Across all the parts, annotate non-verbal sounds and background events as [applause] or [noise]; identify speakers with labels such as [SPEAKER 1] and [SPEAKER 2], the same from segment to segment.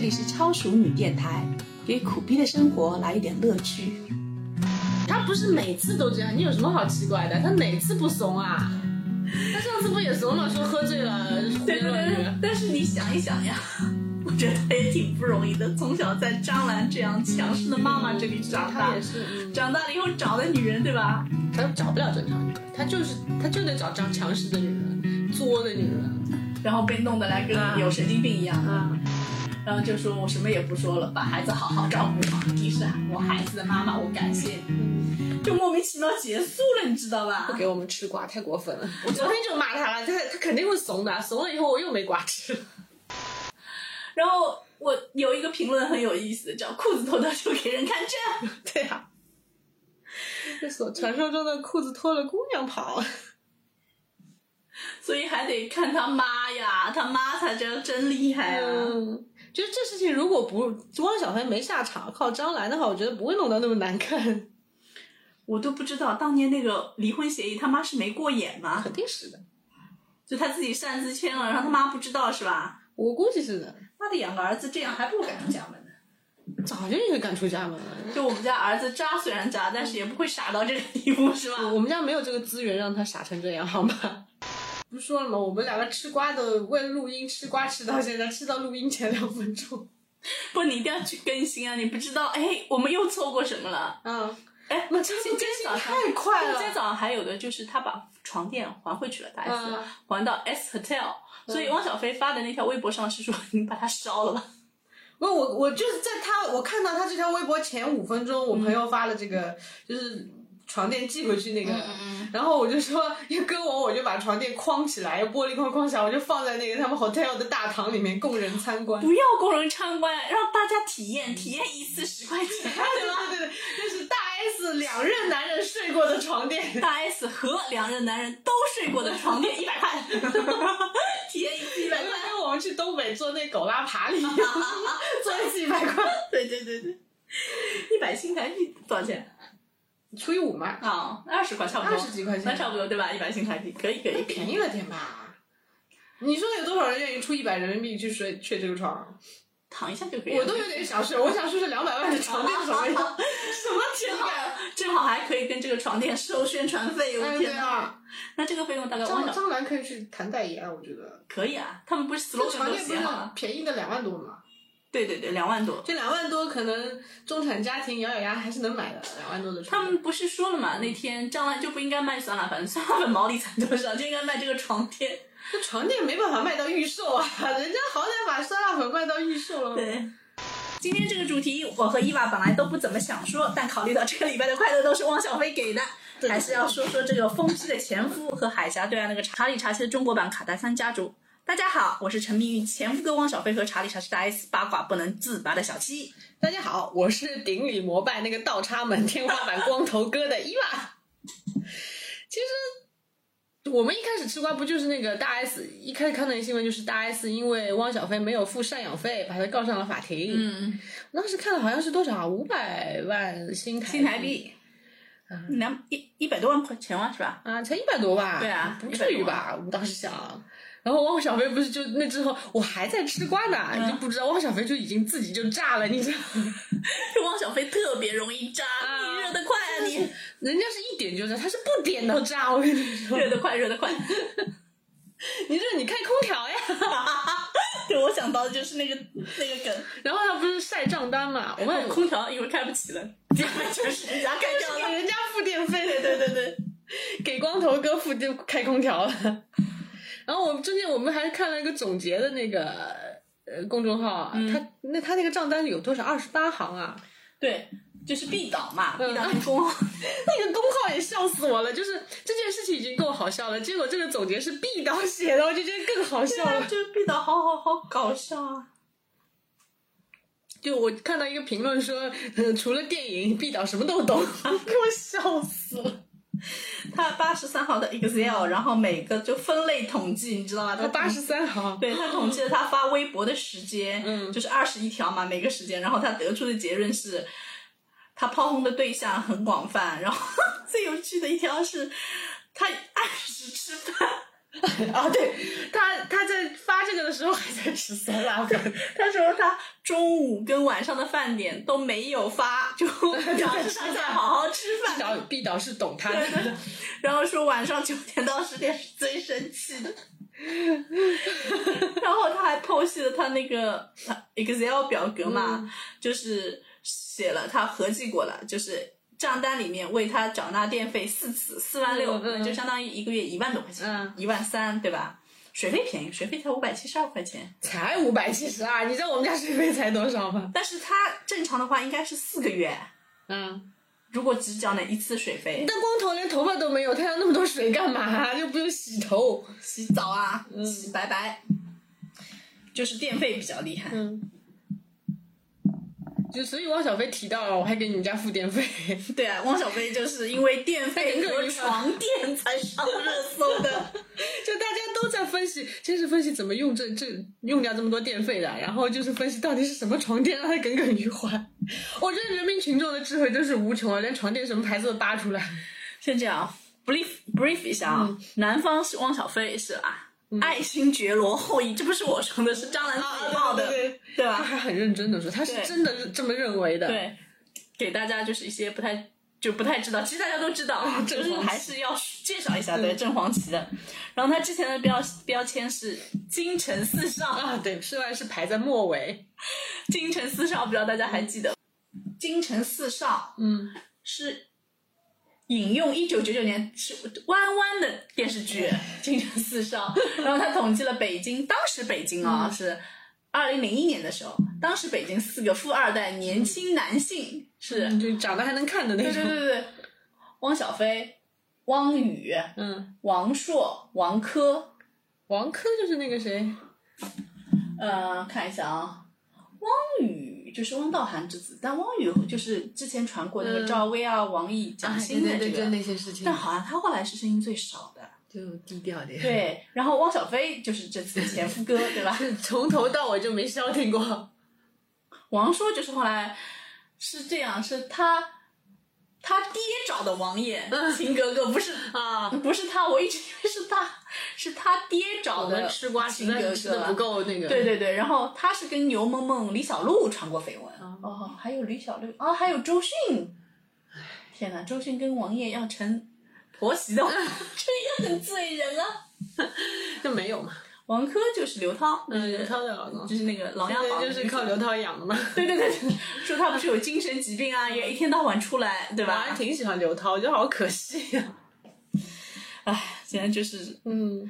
[SPEAKER 1] 里是超熟女电台，给苦逼的生活来一点乐趣。
[SPEAKER 2] 他不是每次都这样，你有什么好奇怪的？他哪次不怂啊？他上次不也怂了，说喝醉了胡言乱语。
[SPEAKER 1] 但是你想一想呀， [laughs] 我觉得他也挺不容易的，从小在张兰这样强势的妈妈这里长
[SPEAKER 2] 他
[SPEAKER 1] 大
[SPEAKER 2] 也，是，嗯
[SPEAKER 1] 长大了以后找的女人，对吧？
[SPEAKER 2] 他找不了正常女人，他就是他就得找张强势的女人，作的女人。
[SPEAKER 1] 然后被弄得来跟
[SPEAKER 2] 啊
[SPEAKER 1] 有神经病一样，
[SPEAKER 2] 啊，
[SPEAKER 1] 然后就说我什么也不说了，把孩子好好照顾好，你是我孩子的妈妈，我感谢你，就莫名其妙结束了，你知道吧
[SPEAKER 2] 不？给我们吃瓜，太过分了。我昨天就骂他了，他他肯定会怂的，怂了以后我又没瓜吃了。
[SPEAKER 1] 然后我有一个评论很有意思，叫“裤子脱掉就给人看这样
[SPEAKER 2] [laughs] 对啊，这所传说中的裤子脱了，姑娘跑。”，
[SPEAKER 1] 所以还得看他妈呀，他妈才叫真厉害啊！
[SPEAKER 2] 嗯，就是这事情如果不汪小菲没下场，靠张兰的话，我觉得不会弄到那么难看，
[SPEAKER 1] 我都不知道当年那个离婚协议他妈是没过眼吗？
[SPEAKER 2] 肯定是的，
[SPEAKER 1] 就他自己擅自签了，然后他妈不知道是吧？
[SPEAKER 2] 我估计是的，
[SPEAKER 1] 妈的，养个儿子这样还不如赶出家门呢。
[SPEAKER 2] 早就应该赶出家门了。
[SPEAKER 1] 就我们家儿子渣虽然渣，但是也不会傻到这个地步是吧？
[SPEAKER 2] 我们家没有这个资源让他傻成这样，好吗？ [laughs] 不是说了吗？我们两个吃瓜的，为了录音吃瓜吃到现在，吃到录音前两分钟。
[SPEAKER 1] 不，你一定要去更新啊！你不知道，哎，我们又错过什么了？
[SPEAKER 2] 啊，
[SPEAKER 1] 哎，
[SPEAKER 2] 那这
[SPEAKER 1] 今
[SPEAKER 2] 更
[SPEAKER 1] 天早
[SPEAKER 2] 新
[SPEAKER 1] 上
[SPEAKER 2] 太快
[SPEAKER 1] 今天
[SPEAKER 2] 了。
[SPEAKER 1] 早上还有的就是他把床垫还回去了，大 S、
[SPEAKER 2] 嗯
[SPEAKER 1] 还到 S Hotel，所以汪小菲发的那条微博上是说你把它烧了吧。
[SPEAKER 2] 不，我我就是在他，我看到他这条微博前五分钟，我朋友发了这个，就是床垫寄回去那个，然后我就说要跟我，我就把床垫框起来，用玻璃框框起来，我就放在那个他们 hotel 的大堂里面供人参观。
[SPEAKER 1] 不要供人参观，让大家体验，体验一次十块钱， [laughs] 对吧？
[SPEAKER 2] [laughs] 对对对，这是大 S 两任男人睡过的床垫。
[SPEAKER 1] 大 S 和两任男人都睡过的床 [laughs] 垫一百块，体验一次一百块。
[SPEAKER 2] 跟我们去东北做那狗拉爬犁，
[SPEAKER 1] 啊
[SPEAKER 2] [laughs] 做一次一百块，
[SPEAKER 1] 对对对对，一百新台币多少钱？
[SPEAKER 2] 除以五嘛，
[SPEAKER 1] 啊、二十块嗯差不多，
[SPEAKER 2] 20几块钱
[SPEAKER 1] 那差不多对吧？一百新台币，可以可以可以。
[SPEAKER 2] 便宜了点吧？你说有多少人愿意出一百人民币去睡去这个床？
[SPEAKER 1] 躺一下就可以了。
[SPEAKER 2] 我都有点想睡，我想睡睡两百万的床垫什么样？什么体
[SPEAKER 1] 正好
[SPEAKER 2] 感？
[SPEAKER 1] 正好还可以跟这个床垫收宣传费，我
[SPEAKER 2] 哎
[SPEAKER 1] 的
[SPEAKER 2] 对
[SPEAKER 1] 天呐！
[SPEAKER 2] 啊，
[SPEAKER 1] 那这个费用大概多
[SPEAKER 2] 张
[SPEAKER 1] 少？
[SPEAKER 2] 张兰可以去谈代言，我觉得
[SPEAKER 1] 可以啊，他们不是啊
[SPEAKER 2] 这床
[SPEAKER 1] slogan 都
[SPEAKER 2] 垫不
[SPEAKER 1] 写
[SPEAKER 2] 是
[SPEAKER 1] 好了？
[SPEAKER 2] 便宜的两万多吗？
[SPEAKER 1] 对对对，两万多。
[SPEAKER 2] 这两万多可能中产家庭咬咬牙还是能买的，两万多的
[SPEAKER 1] 他
[SPEAKER 2] 床垫。
[SPEAKER 1] 们不是说了嘛？那天张兰就不应该卖酸辣粉，酸辣粉毛利才多少，就应该卖这个床垫。
[SPEAKER 2] 这床垫没办法卖到预售啊，人家好歹把酸辣粉卖到预售
[SPEAKER 1] [laughs]
[SPEAKER 2] 了。
[SPEAKER 1] 对。今天这个主题，我和伊娃本来都不怎么想说，但考虑到这个礼拜的快乐都是汪小菲给的，还是要说说这个《风之的前夫》和海峡对岸那个查理查奇的中国版《卡戴珊家族》。大家好，我是沉迷于前夫哥汪小菲和查理查奇大 S 八卦不能自拔的小七。
[SPEAKER 2] 大家好，我是顶礼膜拜那个倒插门 [laughs] 天花板光头哥的伊娃。其实我们一开始吃瓜不就是那个大 S 一开始看到的新闻，就是大 S 因为汪小菲没有付赡养费，把他告上了法庭。
[SPEAKER 1] 嗯，
[SPEAKER 2] 当时看了好像是多少啊五百万新台
[SPEAKER 1] 新台币两一一百多万块钱啊，是吧？
[SPEAKER 2] 啊，才一百多吧？
[SPEAKER 1] 对啊
[SPEAKER 2] 不至于吧？我当时想。然后汪小菲不是就那之后，我还在吃瓜呢，
[SPEAKER 1] 嗯
[SPEAKER 2] 你就不知道汪小菲就已经自己就炸了，你知道吗？
[SPEAKER 1] [laughs] 汪小菲特别容易炸，
[SPEAKER 2] 啊
[SPEAKER 1] 你热得快啊你。
[SPEAKER 2] 人家是一点就炸，他是不点都炸，我跟你说。
[SPEAKER 1] [laughs] 热得快，热得快。
[SPEAKER 2] 你说你开空调呀？ [laughs]
[SPEAKER 1] 对，我想到的就是那个那个梗，
[SPEAKER 2] 然后他不是晒账单嘛？我问
[SPEAKER 1] 我哦空调一会儿开不起了，第二个就是 [laughs] 人家开掉
[SPEAKER 2] 给
[SPEAKER 1] 了。
[SPEAKER 2] 人家付电费 [laughs] 的，
[SPEAKER 1] 对对对，
[SPEAKER 2] 给光头哥付电开空调了。 [laughs] 然后我们之前我们还看了一个总结的那个呃公众号啊，他那他那个账单有多少？二十八行啊！ [laughs]
[SPEAKER 1] 对，就是必倒嘛，
[SPEAKER 2] 嗯
[SPEAKER 1] 必倒成 [laughs] 功。
[SPEAKER 2] 那个公号也笑死我了，就是这件事情已经够好笑了，结果这个总结是毕导写的，我就觉得更好笑了。
[SPEAKER 1] 啊就是必倒，好好好搞笑啊！
[SPEAKER 2] 就我看到一个评论说， [laughs] 呃除了电影，毕导什么都懂，给 [laughs] 我笑死了。
[SPEAKER 1] 他八十三号的 Excel，然后每个就分类统计，你知道吗？他
[SPEAKER 2] 啊八十三行，
[SPEAKER 1] 对他统计了他发微博的时间，
[SPEAKER 2] 嗯
[SPEAKER 1] 就是二十一条嘛，每个时间，然后他得出的结论是，他炮轰的对象 [laughs] 很广泛，然后最有趣的一条是，他按时吃饭，
[SPEAKER 2] 啊，对他他在发这个的时候还在啊吃酸 [laughs] 辣粉，
[SPEAKER 1] 他说他中午跟晚上的饭点都没有发，
[SPEAKER 2] [laughs]
[SPEAKER 1] 就表示他在好好吃
[SPEAKER 2] 毕
[SPEAKER 1] 饭。
[SPEAKER 2] 导毕导是懂他 [laughs] 的，
[SPEAKER 1] 然后说晚上九点到十点是最生气的。然后他还剖析了他那个呃 Excel 表格嘛，
[SPEAKER 2] 嗯
[SPEAKER 1] 就是写了他合计过了，就是账单里面为他缴纳电费四次四万六、
[SPEAKER 2] 嗯嗯嗯
[SPEAKER 1] 就相当于一个月一万多块钱
[SPEAKER 2] 嗯，
[SPEAKER 1] 一、万三对吧？水费便宜，水费才五百七十二块钱，
[SPEAKER 2] 才五百七十二，你知道我们家水费才多少吗？
[SPEAKER 1] 但是他正常的话应该是四个月，
[SPEAKER 2] 嗯，
[SPEAKER 1] 如果只缴纳一次水费，
[SPEAKER 2] 但光头连头发都没有，他要那么多水干嘛？又不用洗头。
[SPEAKER 1] 洗澡啊，
[SPEAKER 2] 嗯
[SPEAKER 1] 洗白白，就是电费比较厉害。
[SPEAKER 2] 嗯，就所以汪小菲提到了，我还给你们家付电费。
[SPEAKER 1] 对啊，汪小菲就是因为电费和床垫才上热搜
[SPEAKER 2] [laughs]
[SPEAKER 1] 的。
[SPEAKER 2] 就大家都在分析，先是分析怎么用这这用掉这么多电费的，然后就是分析到底是什么床垫让他耿耿于怀。我觉得人民群众的智慧真是无穷啊，连床垫什么牌子都扒出来。
[SPEAKER 1] 先这样，brief 啊 brief 一下啊，
[SPEAKER 2] 嗯
[SPEAKER 1] 南方是汪小菲是吧？爱新觉罗后裔，这不是我说的，是张兰自己报的，
[SPEAKER 2] 啊对对
[SPEAKER 1] 对
[SPEAKER 2] 他
[SPEAKER 1] 吧？
[SPEAKER 2] 还很认真的说，他是
[SPEAKER 1] 对
[SPEAKER 2] 真的这么认为的。，
[SPEAKER 1] 对，给大家就是一些不太就不太知道，其实大家都知道啊，就
[SPEAKER 2] 嗯正
[SPEAKER 1] 是
[SPEAKER 2] 黄旗嗯
[SPEAKER 1] 还是要介绍一下对正黄旗的。然后他之前的标标签是京城四少。
[SPEAKER 2] 啊，对，室外是排在末尾。
[SPEAKER 1] 京城四少，不知道大家还记得？京城四少
[SPEAKER 2] 嗯，
[SPEAKER 1] 是引用一九九九年是弯弯的电视剧《京城四少》，然后他统计了北京，当时北京啊、
[SPEAKER 2] 嗯
[SPEAKER 1] 是二零零一年的时候，当时北京四个富二代年轻男性是，
[SPEAKER 2] 就长得还能看的那
[SPEAKER 1] 对对
[SPEAKER 2] 种。
[SPEAKER 1] 对对，汪小菲、汪宇、
[SPEAKER 2] 嗯，
[SPEAKER 1] 王朔、王珂，
[SPEAKER 2] 王珂就是那个谁，
[SPEAKER 1] 呃，看一下啊，汪宇就是汪道涵之子，但汪宇就是之前传过那个
[SPEAKER 2] 嗯哎
[SPEAKER 1] 赵薇啊、王毅、蒋欣的这个，
[SPEAKER 2] 些事情
[SPEAKER 1] 但好像他后来是声音最少的。
[SPEAKER 2] 就低调点。
[SPEAKER 1] 对，然后汪小菲就是这次的前夫哥，对吧？ [laughs]
[SPEAKER 2] 从头到尾就没消停过。
[SPEAKER 1] 王朔就是后来是这样，是他他爹找的王爷，秦格格不是
[SPEAKER 2] 啊，
[SPEAKER 1] 不是他，我一直以为是他，是他爹找
[SPEAKER 2] 我
[SPEAKER 1] 的
[SPEAKER 2] 们吃瓜实
[SPEAKER 1] 秦格
[SPEAKER 2] 在
[SPEAKER 1] 格
[SPEAKER 2] 是吃的不够那个。
[SPEAKER 1] 对对对，然后他是跟牛萌萌、李小璐传过绯闻，哦，还有李小璐，啊，还有周迅，天哪，周迅跟王烨要成婆媳
[SPEAKER 2] 嗯
[SPEAKER 1] 的话，这也很醉人啊。
[SPEAKER 2] 就没有嘛。
[SPEAKER 1] 王珂就是刘涛，
[SPEAKER 2] 嗯，刘涛的老公，
[SPEAKER 1] 就是那个琅琊榜，
[SPEAKER 2] 就是靠刘。涛养 [laughs] 的嘛。
[SPEAKER 1] 对对对，对说他不是有精神疾病啊，也一天到晚出来，对
[SPEAKER 2] 我
[SPEAKER 1] 吧
[SPEAKER 2] 还？挺喜欢刘涛，我觉得好可惜啊呀、
[SPEAKER 1] 唉，现在就是
[SPEAKER 2] [laughs] 嗯，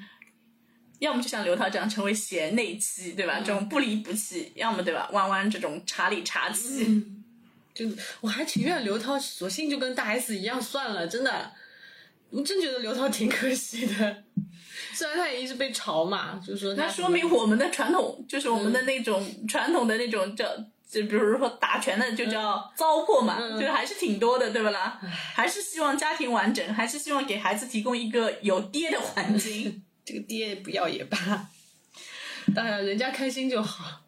[SPEAKER 1] 要么就像刘涛这样成为贤内妻，对吧？这种不离不弃，要么对吧？弯弯这种茶里茶气。
[SPEAKER 2] 就我还情愿刘涛，索性就跟大 S 一样算了，真的。我真觉得刘涛挺可惜的， [laughs] 虽然她也一直被嘲嘛，就是说她
[SPEAKER 1] 那说明我们的传统就是我们的那种、传统的那种叫，就比如说打拳的就叫糟粕嘛，就是还是挺多的，对不啦？还是希望家庭完整，还是希望给孩子提供一个有爹的环境。
[SPEAKER 2] 这个爹不要也罢，当然人家开心就好。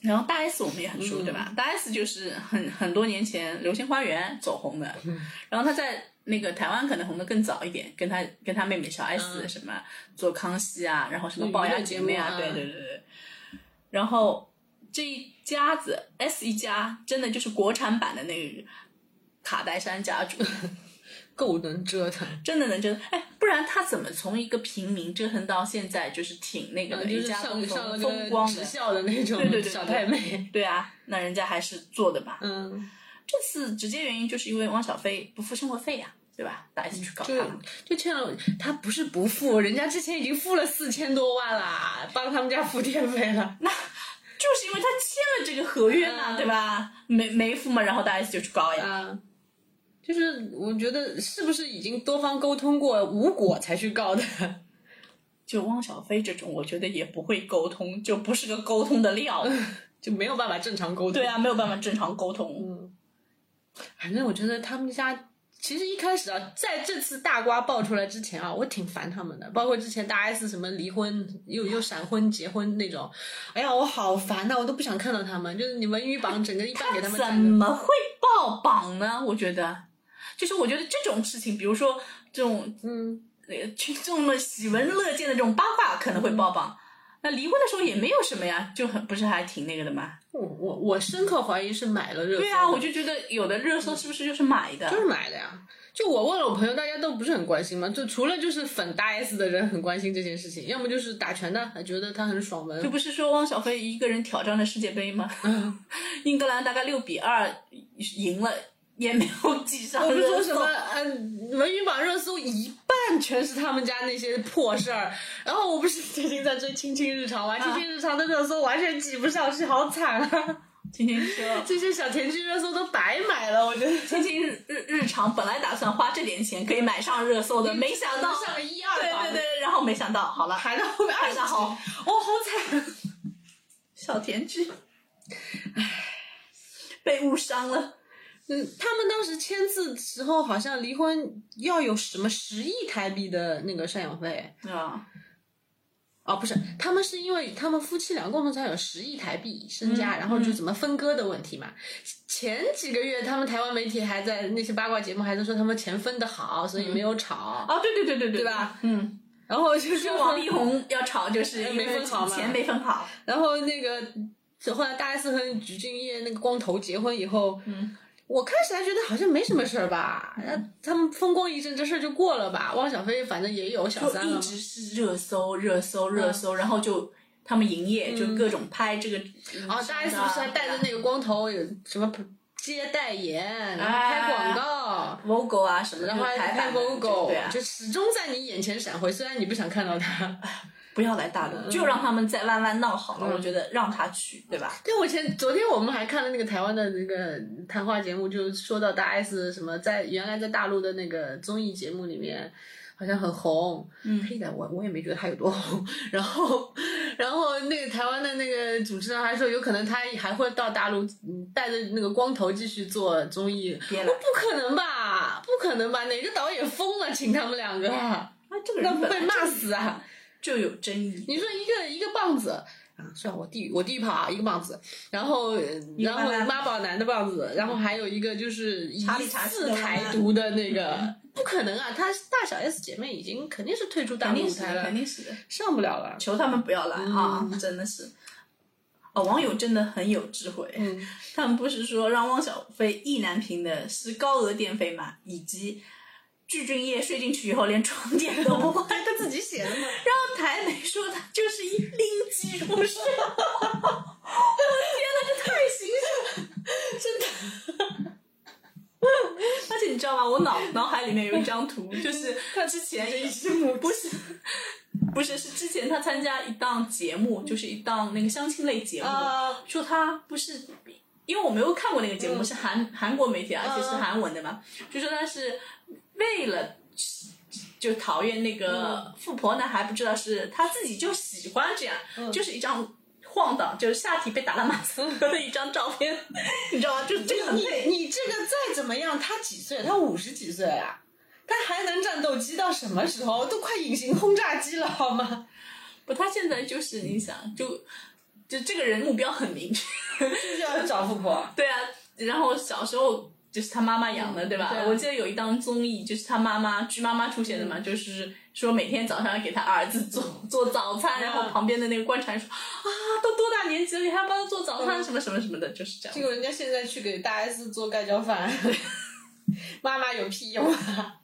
[SPEAKER 1] 然后大 S 我们也很熟，
[SPEAKER 2] 嗯
[SPEAKER 1] 对吧？大 S 就是很很多年前《流星花园》走红的，
[SPEAKER 2] 嗯
[SPEAKER 1] 然后她在那个台湾可能红的更早一点，跟她跟她妹妹小
[SPEAKER 2] 嗯
[SPEAKER 1] S 什么、做康熙啊，然后什么龅牙姐妹啊，
[SPEAKER 2] 娱乐
[SPEAKER 1] 对
[SPEAKER 2] 节目啊
[SPEAKER 1] 对对对。然后这一家子 S 一家真的就是国产版的那个卡戴珊家
[SPEAKER 2] [laughs]
[SPEAKER 1] 族，
[SPEAKER 2] 够能折腾，
[SPEAKER 1] 真的能折腾，哎，不然他怎么从一个平民折腾到现在就是挺那个的，
[SPEAKER 2] 嗯就是
[SPEAKER 1] 一家
[SPEAKER 2] 上
[SPEAKER 1] 风
[SPEAKER 2] 上了
[SPEAKER 1] 风
[SPEAKER 2] 个
[SPEAKER 1] 风光
[SPEAKER 2] 职
[SPEAKER 1] 的。
[SPEAKER 2] 校的那种
[SPEAKER 1] [laughs] 对对对对
[SPEAKER 2] 小太
[SPEAKER 1] [laughs]
[SPEAKER 2] 妹。
[SPEAKER 1] 对啊，那人家还是做的吧。
[SPEAKER 2] 嗯，
[SPEAKER 1] 这次直接原因就是因为汪小菲不付生活费呀、对吧？大 S 去搞他
[SPEAKER 2] 就
[SPEAKER 1] 嘛，
[SPEAKER 2] 就欠了，他不是不付，人家之前已经付了四千多万啦，帮他们家付电费了。
[SPEAKER 1] 就是因为他签了这个合约嘛，
[SPEAKER 2] 嗯
[SPEAKER 1] 对吧？没没付嘛，然后大 S 就去搞呀。
[SPEAKER 2] 啊，就是我觉得是不是已经多方沟通过无果才去告的？
[SPEAKER 1] 就汪小菲这种，我觉得也不会沟通，就不是个沟通的
[SPEAKER 2] [laughs]
[SPEAKER 1] 料。
[SPEAKER 2] 就没有办法正常沟通。
[SPEAKER 1] 对，啊，没有办法正常沟通。
[SPEAKER 2] 反正我觉得他们家其实一开始啊，在这次大瓜爆出来之前啊，我挺烦他们的，包括之前大 S 什么离婚又又闪婚结婚那种，哎呀，我好烦呐、我都不想看到他们，就是你文娱榜整个一半给他们
[SPEAKER 1] 怎
[SPEAKER 2] 占着。
[SPEAKER 1] 么会爆榜呢？我觉得，就是我觉得这种事情，比如说这种
[SPEAKER 2] 嗯，
[SPEAKER 1] 呃群众们喜闻乐见的这种八卦可能会爆榜。那离婚的时候也没有什么呀，就很不是还挺那个的吗？
[SPEAKER 2] 我我我深刻怀疑是买了热搜的，
[SPEAKER 1] 对啊，我就觉得有的热搜是不是就是买的？
[SPEAKER 2] 就是买的呀。就我问了我朋友，大家都不是很关心嘛，就除了就是粉大 S 的人很关心这件事情，要么就是打拳的还觉得他很爽文
[SPEAKER 1] 就，不是说汪小菲一个人挑战了世界杯吗？
[SPEAKER 2] 嗯
[SPEAKER 1] [laughs] 英格兰大概六比二赢了，也没有挤上
[SPEAKER 2] 我不是说
[SPEAKER 1] 热
[SPEAKER 2] 什么
[SPEAKER 1] 搜。
[SPEAKER 2] 呃，文娱榜热搜一半全是他们家那些破事儿，然后我不是最近在追《卿卿日常》吗？《卿卿日常》的热搜完全挤不上去，好惨啊！ [laughs]
[SPEAKER 1] 今天说，
[SPEAKER 2] 这些小甜剧热搜都白买了，我觉得。
[SPEAKER 1] 最近日日日常本来打算花这点钱可以买上热搜的，没想到，
[SPEAKER 2] 上了一二
[SPEAKER 1] 对
[SPEAKER 2] 榜
[SPEAKER 1] 对，
[SPEAKER 2] [laughs]
[SPEAKER 1] 对，然后没想到，好了，
[SPEAKER 2] 排到后面二
[SPEAKER 1] 排
[SPEAKER 2] 十
[SPEAKER 1] 到好
[SPEAKER 2] 几哦，好惨！
[SPEAKER 1] 小甜剧，唉，被误伤了。
[SPEAKER 2] 嗯，他们当时签字时候好像离婚要有什么十亿台币的那个赡养费
[SPEAKER 1] 啊，
[SPEAKER 2] 哦，不是，他们是因为他们夫妻俩共同财产有十亿台币身家，然后就怎么分割的问题嘛。前几个月他们台湾媒体还在那些八卦节目还在说他们钱分的好，所以没有吵，
[SPEAKER 1] 哦，对对对对对，
[SPEAKER 2] 对？吧？
[SPEAKER 1] 嗯，
[SPEAKER 2] 然后就是
[SPEAKER 1] 就
[SPEAKER 2] [laughs]
[SPEAKER 1] 王力宏要吵，就是因
[SPEAKER 2] 没
[SPEAKER 1] 为
[SPEAKER 2] 分好嘛
[SPEAKER 1] 钱没分好，
[SPEAKER 2] 然后那个后来大 S 和鞠婧祎那个光头结婚以后，
[SPEAKER 1] 嗯，
[SPEAKER 2] 我开始还觉得好像没什么事儿吧，那、他们风光一阵，这事儿就过了吧。汪小菲反正也有小
[SPEAKER 1] 就
[SPEAKER 2] 三
[SPEAKER 1] 一
[SPEAKER 2] 了嘛，嗯
[SPEAKER 1] 直是热搜、热搜、热搜，然后就他们营业，就各种拍这个。嗯
[SPEAKER 2] 哦，大 S 不是还带着那个光头有什么接代言，然后拍广告。
[SPEAKER 1] logo 啊什么的，
[SPEAKER 2] 然后还
[SPEAKER 1] 就哎排
[SPEAKER 2] 拍
[SPEAKER 1] 版的
[SPEAKER 2] logo，
[SPEAKER 1] 对啊，
[SPEAKER 2] 就始终在你眼前闪回，虽然你不想看到它。
[SPEAKER 1] 不要来大
[SPEAKER 2] 嗯
[SPEAKER 1] 陆，就让他们在湾湾闹好了。我觉得让他去，对吧？
[SPEAKER 2] 对，我前昨天我们还看了那个台湾的那个谈话节目，就说到大 S 什么在原来在大陆的那个综艺节目里面好像很红，嗯，黑的我我也没觉得她有多红。然后，然后那个台湾的那个主持人还说，有可能她还会到大陆，嗯，带着那个光头继续做综艺。我
[SPEAKER 1] 别来
[SPEAKER 2] 说不可能吧，不可能吧，哪个导演疯了，请他们两个，
[SPEAKER 1] 啊，这个
[SPEAKER 2] 嗯那
[SPEAKER 1] 人
[SPEAKER 2] 不
[SPEAKER 1] 本
[SPEAKER 2] 被
[SPEAKER 1] 来
[SPEAKER 2] 骂死啊！
[SPEAKER 1] 就有争议，
[SPEAKER 2] 你说一个一个棒子啊，算我地我地狱炮啊，一个棒子，然后呃
[SPEAKER 1] 个
[SPEAKER 2] 然后
[SPEAKER 1] 妈妈
[SPEAKER 2] 妈宝男的棒子，然后还有一个就是疑
[SPEAKER 1] 查理查士
[SPEAKER 2] 似
[SPEAKER 1] 的妈妈
[SPEAKER 2] 台独
[SPEAKER 1] [laughs]
[SPEAKER 2] 的那个，不可能啊！她大小 S 姐妹已经肯定是退出大
[SPEAKER 1] 肯
[SPEAKER 2] 陆
[SPEAKER 1] 定
[SPEAKER 2] 舞
[SPEAKER 1] 是的，
[SPEAKER 2] 台了
[SPEAKER 1] 肯，定嗯是的。
[SPEAKER 2] 上不了
[SPEAKER 1] [laughs]
[SPEAKER 2] 了。
[SPEAKER 1] 求他们不要来、啊！真的是，哦，网友真的很有智慧。
[SPEAKER 2] 嗯
[SPEAKER 1] 他们不是说让汪小菲意难平的是高额电费嘛，以及鞠婧祎睡进去以后连床垫都不换，他自己
[SPEAKER 2] 写的 [laughs] 嘛，
[SPEAKER 1] 然后台媒说他就是一拎鸡入室， [laughs] 我的天呐，这太形象了，真的。而且你知道吗？我脑脑海里面有一张图，就是之前一只母不是。不是，是之前他参加一档节目，就是一档那个相亲类节目，
[SPEAKER 2] 啊
[SPEAKER 1] 说他不是，因为我没有看过那个节目，是韩韩国媒体，而且是韩文的嘛，就说他是为了就讨厌那个富婆男孩，不知道是他自己就喜欢这样，就是一张晃荡，就是下体被打到马赛克的一张照片， [laughs] 你知道吗？就是这个很
[SPEAKER 2] 你
[SPEAKER 1] 配。
[SPEAKER 2] 你这个再怎么样，她几岁？她五十几岁啊？她还能战斗机到什么时候？都快隐形轰炸机了好吗？
[SPEAKER 1] [laughs]
[SPEAKER 2] [laughs]
[SPEAKER 1] 不，他现在就是你想就就这个人目标很明确，
[SPEAKER 2] 就是要找富婆。
[SPEAKER 1] 对啊，然后小时候就是他妈妈养的，对吧？
[SPEAKER 2] 对啊嗯
[SPEAKER 1] 我记得有一档综艺，就是他妈妈鞠妈妈出现的嘛，就是说每天早上要给他儿子做做早餐，然
[SPEAKER 2] 嗯
[SPEAKER 1] 后旁边的那个观察员说啊，都多大年纪了，你还帮他做早
[SPEAKER 2] 嗯
[SPEAKER 1] 餐，什么什么什么的，就是这样
[SPEAKER 2] 结。果人家现在去给大 S 做盖浇饭，妈妈有屁用啊！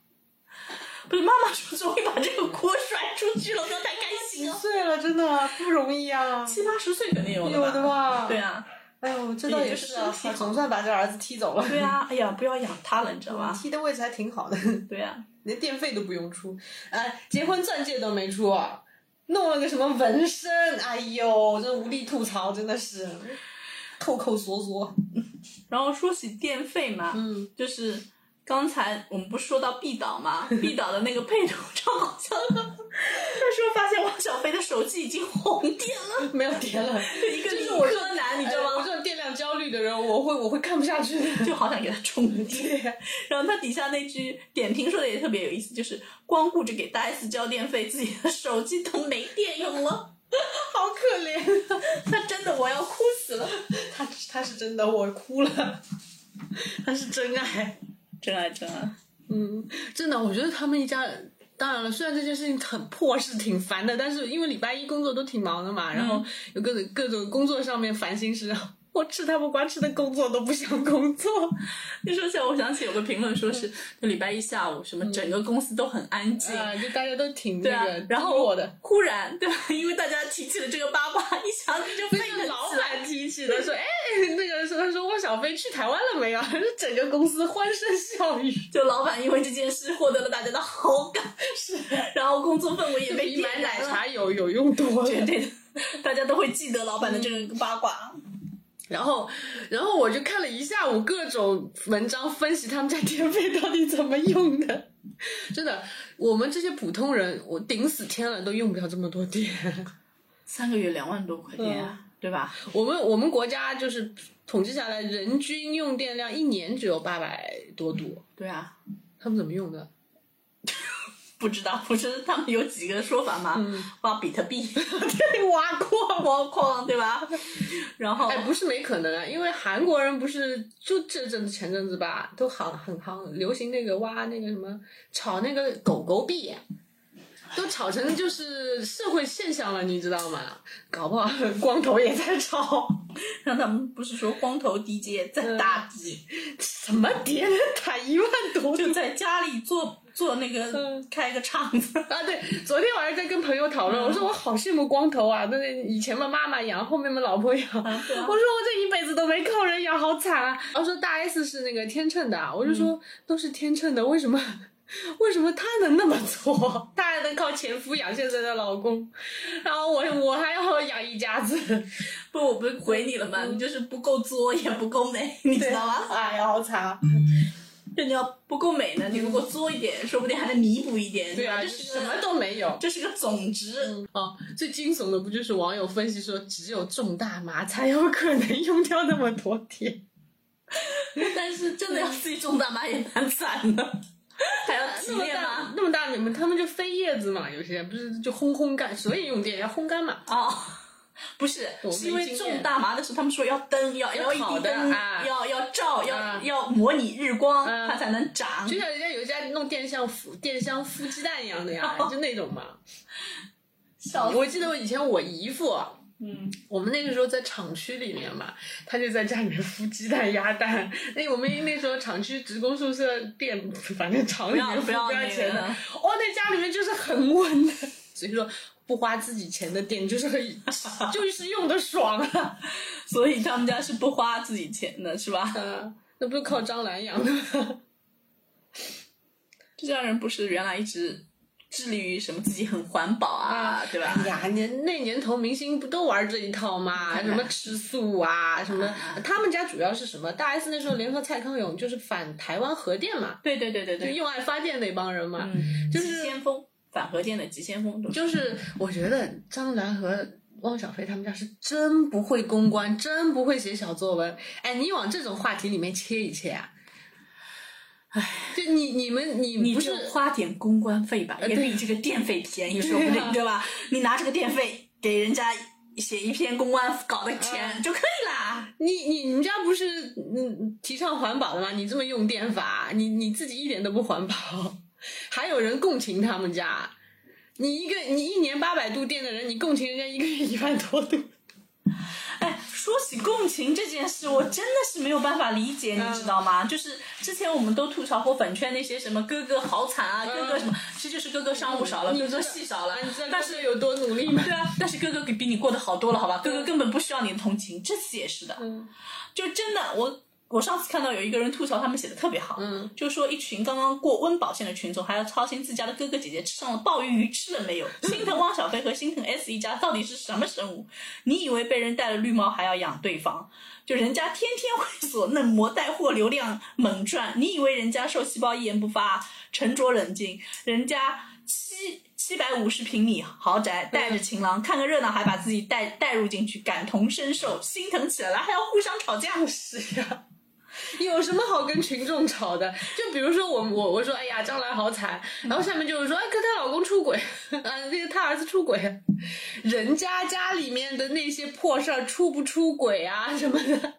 [SPEAKER 1] 不是妈妈说终于把这个锅甩出去了，我太开心了。
[SPEAKER 2] 岁了，真的不容易啊！
[SPEAKER 1] 七八十岁肯定有
[SPEAKER 2] 有
[SPEAKER 1] 了
[SPEAKER 2] 哎的
[SPEAKER 1] 吧？
[SPEAKER 2] 吧？
[SPEAKER 1] 对，啊，
[SPEAKER 2] 哎呦，这倒也是
[SPEAKER 1] 也
[SPEAKER 2] 啊，
[SPEAKER 1] 就是
[SPEAKER 2] 总算把这儿子踢走了。
[SPEAKER 1] 对啊啊，哎呀，不要养他了，你知道吧？
[SPEAKER 2] 踢的位置还挺好的， [laughs]
[SPEAKER 1] 对啊，
[SPEAKER 2] 连电费都不用出，哎，结婚钻戒都没出啊，弄了个什么纹身，哎呦，这无力吐槽，真的是扣扣缩缩。
[SPEAKER 1] 然后说起电费嘛，
[SPEAKER 2] 嗯，
[SPEAKER 1] 就是刚才我们不是说到毕导 [laughs] 嘛，毕导的那个配图照好像，他说发现汪小菲的手机已经红电 [laughs] 了，
[SPEAKER 2] 没有点了，
[SPEAKER 1] 一个
[SPEAKER 2] 就
[SPEAKER 1] 理
[SPEAKER 2] 是我这
[SPEAKER 1] 科男，你知道
[SPEAKER 2] 哎我
[SPEAKER 1] 吗？
[SPEAKER 2] 这种电量焦虑的人，我会我会看不下去的。 [laughs]
[SPEAKER 1] 就好想给他充一电。然后他底下那句点评说的也特别有意思，就是光顾着给大 S 交电费，自己的手机都没电用了。
[SPEAKER 2] 好可怜、
[SPEAKER 1] 他真的，我要哭死了！
[SPEAKER 2] [laughs] 他他是真的，我哭了，他是真爱，
[SPEAKER 1] 真爱，真爱。
[SPEAKER 2] 嗯，真的，我觉得他们一家当然了，虽然这件事情很破事挺烦的，但是因为礼拜一工作都挺忙的嘛，然后有各种各种工作上面烦心事，我吃他们瓜吃的工作都不想工作。
[SPEAKER 1] 你说起来，我想起有个评论说是，就礼拜一下午，什么整个公司都很安静，
[SPEAKER 2] [laughs] 啊，就大家都挺
[SPEAKER 1] 对啊
[SPEAKER 2] 那个，
[SPEAKER 1] 然后
[SPEAKER 2] 我的，
[SPEAKER 1] 忽然对吧？因为大家提起了这个八卦， [laughs] 一想你就沸腾
[SPEAKER 2] 那个老
[SPEAKER 1] 起来
[SPEAKER 2] 板提起的说，哎，那个说他说汪小菲去台湾了没有？ [laughs] 整个公司欢声笑 [laughs] 语，
[SPEAKER 1] [laughs] 就老板因为这件事获得了大家的好感，是， [laughs] 然后工作氛围也被
[SPEAKER 2] 比
[SPEAKER 1] 点
[SPEAKER 2] 买
[SPEAKER 1] 燃
[SPEAKER 2] 奶
[SPEAKER 1] 了， [laughs]
[SPEAKER 2] 茶有有用多了。
[SPEAKER 1] 对的，大家都会记得老板的这个八卦。
[SPEAKER 2] 然后，然后我就看了一下午各种文章分析他们家电费到底怎么用的。真的，我们这些普通人，我顶死天了都用不了这么多电。
[SPEAKER 1] 三个月两万多块钱啊，对吧？
[SPEAKER 2] 我们我们国家就是统计下来，人均用电量一年只有八百多度，
[SPEAKER 1] 对啊，
[SPEAKER 2] 他们怎么用的？
[SPEAKER 1] 不知道，不是他们有几个说法吗？挖比特 [laughs] 币、
[SPEAKER 2] 被挖过
[SPEAKER 1] 挖矿，对吧？然后
[SPEAKER 2] 哎，不是没可能啊，因为韩国人不是就这阵子前阵子吧，都好很夯，流行那个挖那个什么炒那个狗狗币，都炒成就是社会现象了，你知道吗？搞不好光头也在炒，
[SPEAKER 1] 让他们不是说光头 DJ 在打底，
[SPEAKER 2] 什么碟能打一万多
[SPEAKER 1] 就在家里做做那个
[SPEAKER 2] 嗯
[SPEAKER 1] 开个厂
[SPEAKER 2] [laughs]
[SPEAKER 1] 子，
[SPEAKER 2] 啊，对，昨天晚上在跟朋友讨论，我说
[SPEAKER 1] 嗯
[SPEAKER 2] 我好羡慕光头啊，那以前嘛妈妈养，后面嘛老婆养，
[SPEAKER 1] 对啊
[SPEAKER 2] [laughs] 我说我这一辈子都没靠人养，好惨啊。然后说大 S 是那个天秤的啊，我就说、
[SPEAKER 1] 嗯
[SPEAKER 2] 都是天秤的，为什么？为什么她能那么做？她还能靠前夫养现在的老公，然后我我还要养一家子，
[SPEAKER 1] 不，我不是回你了吗？
[SPEAKER 2] 嗯
[SPEAKER 1] 你就是不够作，也不够美，你知道
[SPEAKER 2] [laughs]
[SPEAKER 1] 吗？
[SPEAKER 3] 哎呀，好惨
[SPEAKER 1] 嗯
[SPEAKER 3] 啊！
[SPEAKER 1] 就你要不够美呢，你如果作一点，说不定还能弥补一点。吧
[SPEAKER 2] 嗯啊
[SPEAKER 1] 这
[SPEAKER 2] 就是
[SPEAKER 1] 是
[SPEAKER 2] 什么
[SPEAKER 1] 个
[SPEAKER 2] 都没有。
[SPEAKER 1] 这是个总值。
[SPEAKER 2] 哦，最惊悚的不就是网友分析说，只有种大麻才有可能用掉那么多天。
[SPEAKER 1] 但是真 [laughs] 的要自己种大麻也蛮惨
[SPEAKER 2] [laughs]
[SPEAKER 1] 的，还要提
[SPEAKER 2] 那么
[SPEAKER 1] 炼
[SPEAKER 2] 大
[SPEAKER 1] 吗？
[SPEAKER 2] 那么大你们他们就飞叶子嘛，有些不是就烘烘干，所以用电要烘干嘛。
[SPEAKER 1] 哦，不是，
[SPEAKER 2] 我没
[SPEAKER 1] 是因为
[SPEAKER 2] 经验
[SPEAKER 1] 种大麻的时候，他们说要灯，要
[SPEAKER 2] 要
[SPEAKER 1] LED
[SPEAKER 2] 烤的
[SPEAKER 1] 灯，
[SPEAKER 2] 啊
[SPEAKER 1] 要要照，要
[SPEAKER 2] 啊
[SPEAKER 1] 要模拟日光，
[SPEAKER 2] 啊
[SPEAKER 1] 它才能长
[SPEAKER 2] 就。像人家有一家弄电箱孵电箱孵鸡蛋一样的呀，
[SPEAKER 1] [laughs]
[SPEAKER 2] 就那种嘛。
[SPEAKER 1] 笑死，
[SPEAKER 2] 我记得我以前我姨父，啊
[SPEAKER 1] 嗯，
[SPEAKER 2] 我们那个时候在厂区里面嘛，他就在家里面孵鸡蛋鸭蛋。那我们那时候厂区职工宿舍店，反正厂里面孵
[SPEAKER 1] 不要不要
[SPEAKER 2] 要钱的，
[SPEAKER 1] 那个
[SPEAKER 2] 哦，那家里面就是很稳的。所以说不花自己钱的店就是很 [laughs] 就是用的爽啊。
[SPEAKER 1] 所以他们家是不花自己钱的，是吧？
[SPEAKER 2] 啊，那不是靠张兰养的吗？ [laughs]
[SPEAKER 1] 这家人不是原来一直致力于什么自己很环保啊，对吧？
[SPEAKER 2] 哎呀，年那年头明星不都玩这一套吗？什么吃素啊，什么他们家主要是什么？大 S 那时候联合蔡康永就是反台湾核电嘛，
[SPEAKER 1] [laughs] 对对对对
[SPEAKER 2] 就
[SPEAKER 1] 对，
[SPEAKER 2] 用爱发电那帮人嘛，
[SPEAKER 1] 嗯，
[SPEAKER 2] 就
[SPEAKER 1] 急
[SPEAKER 2] 是
[SPEAKER 1] 先锋反核电的急先锋，
[SPEAKER 2] 就是我觉得张兰和汪小菲他们家是真不会公关，真不会写小作文。哎，你往这种话题里面切一切啊！哎，就你你们你
[SPEAKER 1] 你
[SPEAKER 2] 不
[SPEAKER 1] 就是花点公关费吧，也比这个电费便宜，说不定对啊吧？你拿这个电费给人家写一篇公关稿的钱就可以啦。
[SPEAKER 2] 你你你们家不是嗯提倡环保的吗？你这么用电法，你你自己一点都不环保，还有人共情他们家。你一个你一年八百度电的人，你共情人家一个月一万多度，
[SPEAKER 1] 哎，说起共情这件事，我真的是没有办法理解，你知道吗？就是之前我们都吐槽过粉圈那些什么哥哥好惨啊，哥哥什么，这就是哥哥商务少了，
[SPEAKER 2] 你
[SPEAKER 1] 哥
[SPEAKER 2] 知道
[SPEAKER 1] 哥戏少了
[SPEAKER 2] 啊你知道，
[SPEAKER 1] 但
[SPEAKER 2] 但
[SPEAKER 1] 是
[SPEAKER 2] 是有多努力吗？
[SPEAKER 1] 对啊，但是哥哥比你过得好多了，好吧？哥哥根本不需要你的同情，这次也是的。
[SPEAKER 2] 啊嗯
[SPEAKER 1] 就真的我。我上次看到有一个人吐槽他们写的特别好，
[SPEAKER 2] 嗯，
[SPEAKER 1] 就说一群刚刚过温饱线的群众，还要操心自家的哥哥姐姐吃上了鲍鱼鱼吃了
[SPEAKER 2] [laughs]
[SPEAKER 1] 没有，心疼汪小菲和心疼 S 一家到底是什么生物？你以为被人戴了绿帽还要养对方？就人家天天猥琐嫩模带货流量猛赚，你以为人家瘦细胞一言不发，沉着冷静，人家七七百五十平米豪宅，带着情郎看个热闹，还把自己嗯带带入进去，感同身受，心疼起来了，还要互相吵架。
[SPEAKER 2] 是呀、 [laughs] 有什么好跟群众吵的？就比如说我我我说哎呀张兰好惨，然后下面就是说哎跟她老公出轨， [laughs] 啊那个她儿子出轨，人家家里面的那些破事儿出不出轨啊什么的，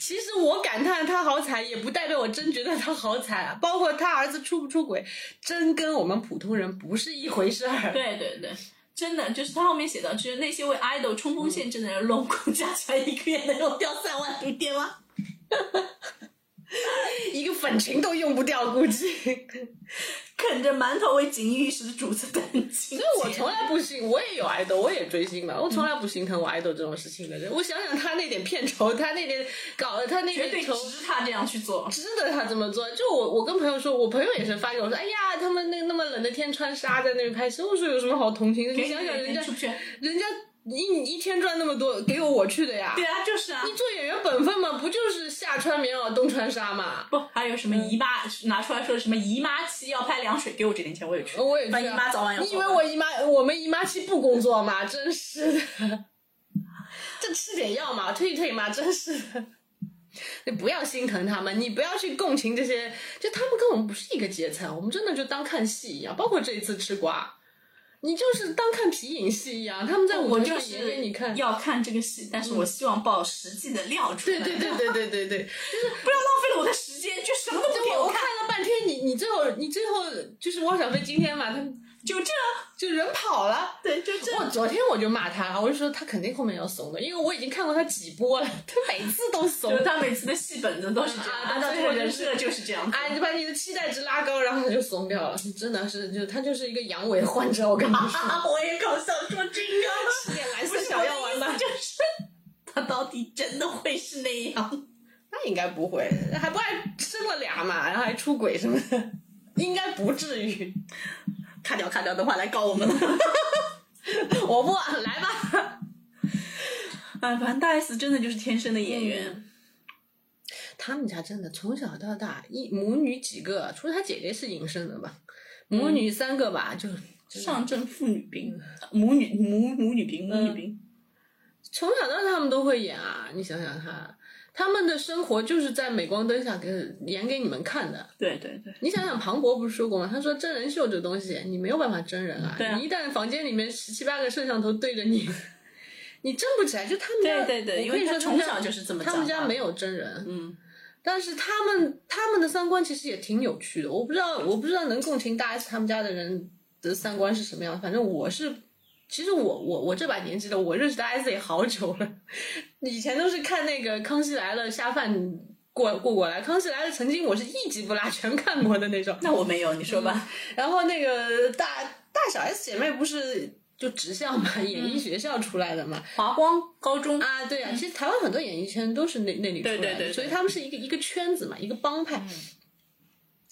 [SPEAKER 2] 其实我感叹她好惨，也不代表我真觉得她好惨啊。包括她儿子出不出轨，真跟我们普通人不是一回事儿。
[SPEAKER 1] 对对对，真的就是他后面写到，就是那些为 idol 冲锋陷阵的人，拢共加起来一个月能用掉三万度电吗？
[SPEAKER 2] 一个粉群都用不掉，估计。
[SPEAKER 1] 啃着馒头为锦衣玉食的主子担心。所
[SPEAKER 2] 以我从来不信，我也有爱豆，我也追星嘛，我从来不心疼我爱豆这种事情的。我想想他那点片酬，他那点搞，他那
[SPEAKER 1] 绝对
[SPEAKER 2] 点酬。
[SPEAKER 1] 值他这样去做。
[SPEAKER 2] 值得他这么做，就我我跟朋友说，我朋友也是发给我说，哎呀，他们那个那么冷的天穿纱在那边拍摄，我说有什么好同情的？你
[SPEAKER 1] 给
[SPEAKER 2] 想想人家
[SPEAKER 1] 出不去。
[SPEAKER 2] 人家一一天赚那么多，给我我去的呀
[SPEAKER 1] 对。啊，就是啊。
[SPEAKER 2] 你做演员本分嘛，不就是夏穿棉袄冬穿纱嘛？
[SPEAKER 1] 不，还有什么姨妈、拿出来说什么姨妈期要拍凉水，给我这点钱呃我也去。啊
[SPEAKER 2] 我也去、
[SPEAKER 1] 那姨妈早晚要
[SPEAKER 2] 你以
[SPEAKER 1] 做
[SPEAKER 2] 为
[SPEAKER 1] 完
[SPEAKER 2] 我姨妈我们姨妈期不工作吗？ [laughs] 真是的，这吃点药嘛，退一退嘛，真是的。你不要心疼他们，你不要去共情这些，就他们跟我们不是一个阶层，我们真的就当看戏一样。包括这一次吃瓜，你就是当看皮影戏一样，他们在舞
[SPEAKER 1] 我
[SPEAKER 2] 台
[SPEAKER 1] 就
[SPEAKER 2] 上演给
[SPEAKER 1] 是
[SPEAKER 2] 你看。
[SPEAKER 1] 要看这嗯个戏，但是我希望抱实际的料出来，
[SPEAKER 2] 对对对对对
[SPEAKER 1] [laughs]
[SPEAKER 2] 对对，
[SPEAKER 1] 不要浪费了我的时间，就什么都不给
[SPEAKER 2] 我
[SPEAKER 1] 看
[SPEAKER 2] 看，了半天，你你最后你最后就是汪小菲今天嘛，他们
[SPEAKER 1] 就这，
[SPEAKER 2] 就人跑了。
[SPEAKER 1] 对，就这。
[SPEAKER 2] 我昨天我就骂他，我就说他肯定后面要怂的，因为我已经看过他几波了，他每次都怂
[SPEAKER 1] 就。他每次的戏本子都是这样，
[SPEAKER 2] 啊
[SPEAKER 1] 按照
[SPEAKER 2] 对
[SPEAKER 1] 这个
[SPEAKER 2] 对
[SPEAKER 1] 人
[SPEAKER 2] 对
[SPEAKER 1] 设就是这样子。
[SPEAKER 2] 哎，你把你的期待值拉高，然后他就怂掉了，真的是，就他就是一个阳痿患者，我跟你说，
[SPEAKER 1] 啊，我也搞笑说这个，
[SPEAKER 2] 吃点蓝
[SPEAKER 1] [laughs] 不
[SPEAKER 2] 色
[SPEAKER 1] 是
[SPEAKER 2] 小药丸吧
[SPEAKER 1] 我的意思，就是 [laughs] 他到底真的会是那 [laughs] 样？
[SPEAKER 2] [laughs] 那应该不会，还不还生了俩嘛，然后还出轨什么的，应该不至于。
[SPEAKER 1] 卡掉卡掉的话来告我们了。
[SPEAKER 2] 我不来吧，
[SPEAKER 1] [laughs] 哎，反正大 S 真的就是天生的演员，
[SPEAKER 2] 他们家真的从小到大一母女几个，除了他姐姐是隐身的吧，
[SPEAKER 1] 嗯
[SPEAKER 2] 母女三个吧，就
[SPEAKER 1] 上阵妇女兵，母女母母女兵，母
[SPEAKER 2] 嗯
[SPEAKER 1] 女兵。
[SPEAKER 2] 从小到大他们都会演啊，你想想看，他们的生活就是在镁光灯下给演给你们看的。
[SPEAKER 1] 对对对，
[SPEAKER 2] 你想想，庞博不是说过吗？他说真人秀这东西你没有办法真人啊，
[SPEAKER 1] 对啊
[SPEAKER 2] 你一旦房间里面十七八个摄像头对着你，你真不起来。就他们家，
[SPEAKER 1] 对对对
[SPEAKER 2] 我跟
[SPEAKER 1] 因
[SPEAKER 2] 你
[SPEAKER 1] 为
[SPEAKER 2] 说
[SPEAKER 1] 他
[SPEAKER 2] 他们家
[SPEAKER 1] 从小就是这么
[SPEAKER 2] 他们
[SPEAKER 1] 长
[SPEAKER 2] 家
[SPEAKER 1] 大
[SPEAKER 2] 没有真人，
[SPEAKER 1] 嗯，
[SPEAKER 2] 但是他们他们的三观其实也挺有趣的。我不知道，我不知道能共情大 S 他们家的人的三观是什么样的。反正我是，其实我我我这把年纪了，我认识大 S 也好久了。 [laughs] 以前都是看那个《康熙来了》下饭过过过来，《康熙来了》曾经我是一集不落全看过的那种。 [laughs]
[SPEAKER 1] 那我没有，你说吧。
[SPEAKER 2] 然后那个大大小 S 姐妹不是就职校嘛，演
[SPEAKER 1] 嗯
[SPEAKER 2] 艺学校出来的嘛，
[SPEAKER 1] 华光高中，
[SPEAKER 2] 啊，对啊，其实台湾很多演艺圈都是那那里出来
[SPEAKER 1] 对
[SPEAKER 2] 的，
[SPEAKER 1] 对对对嗯
[SPEAKER 2] 所以他们是一个一个圈子嘛，一个帮派。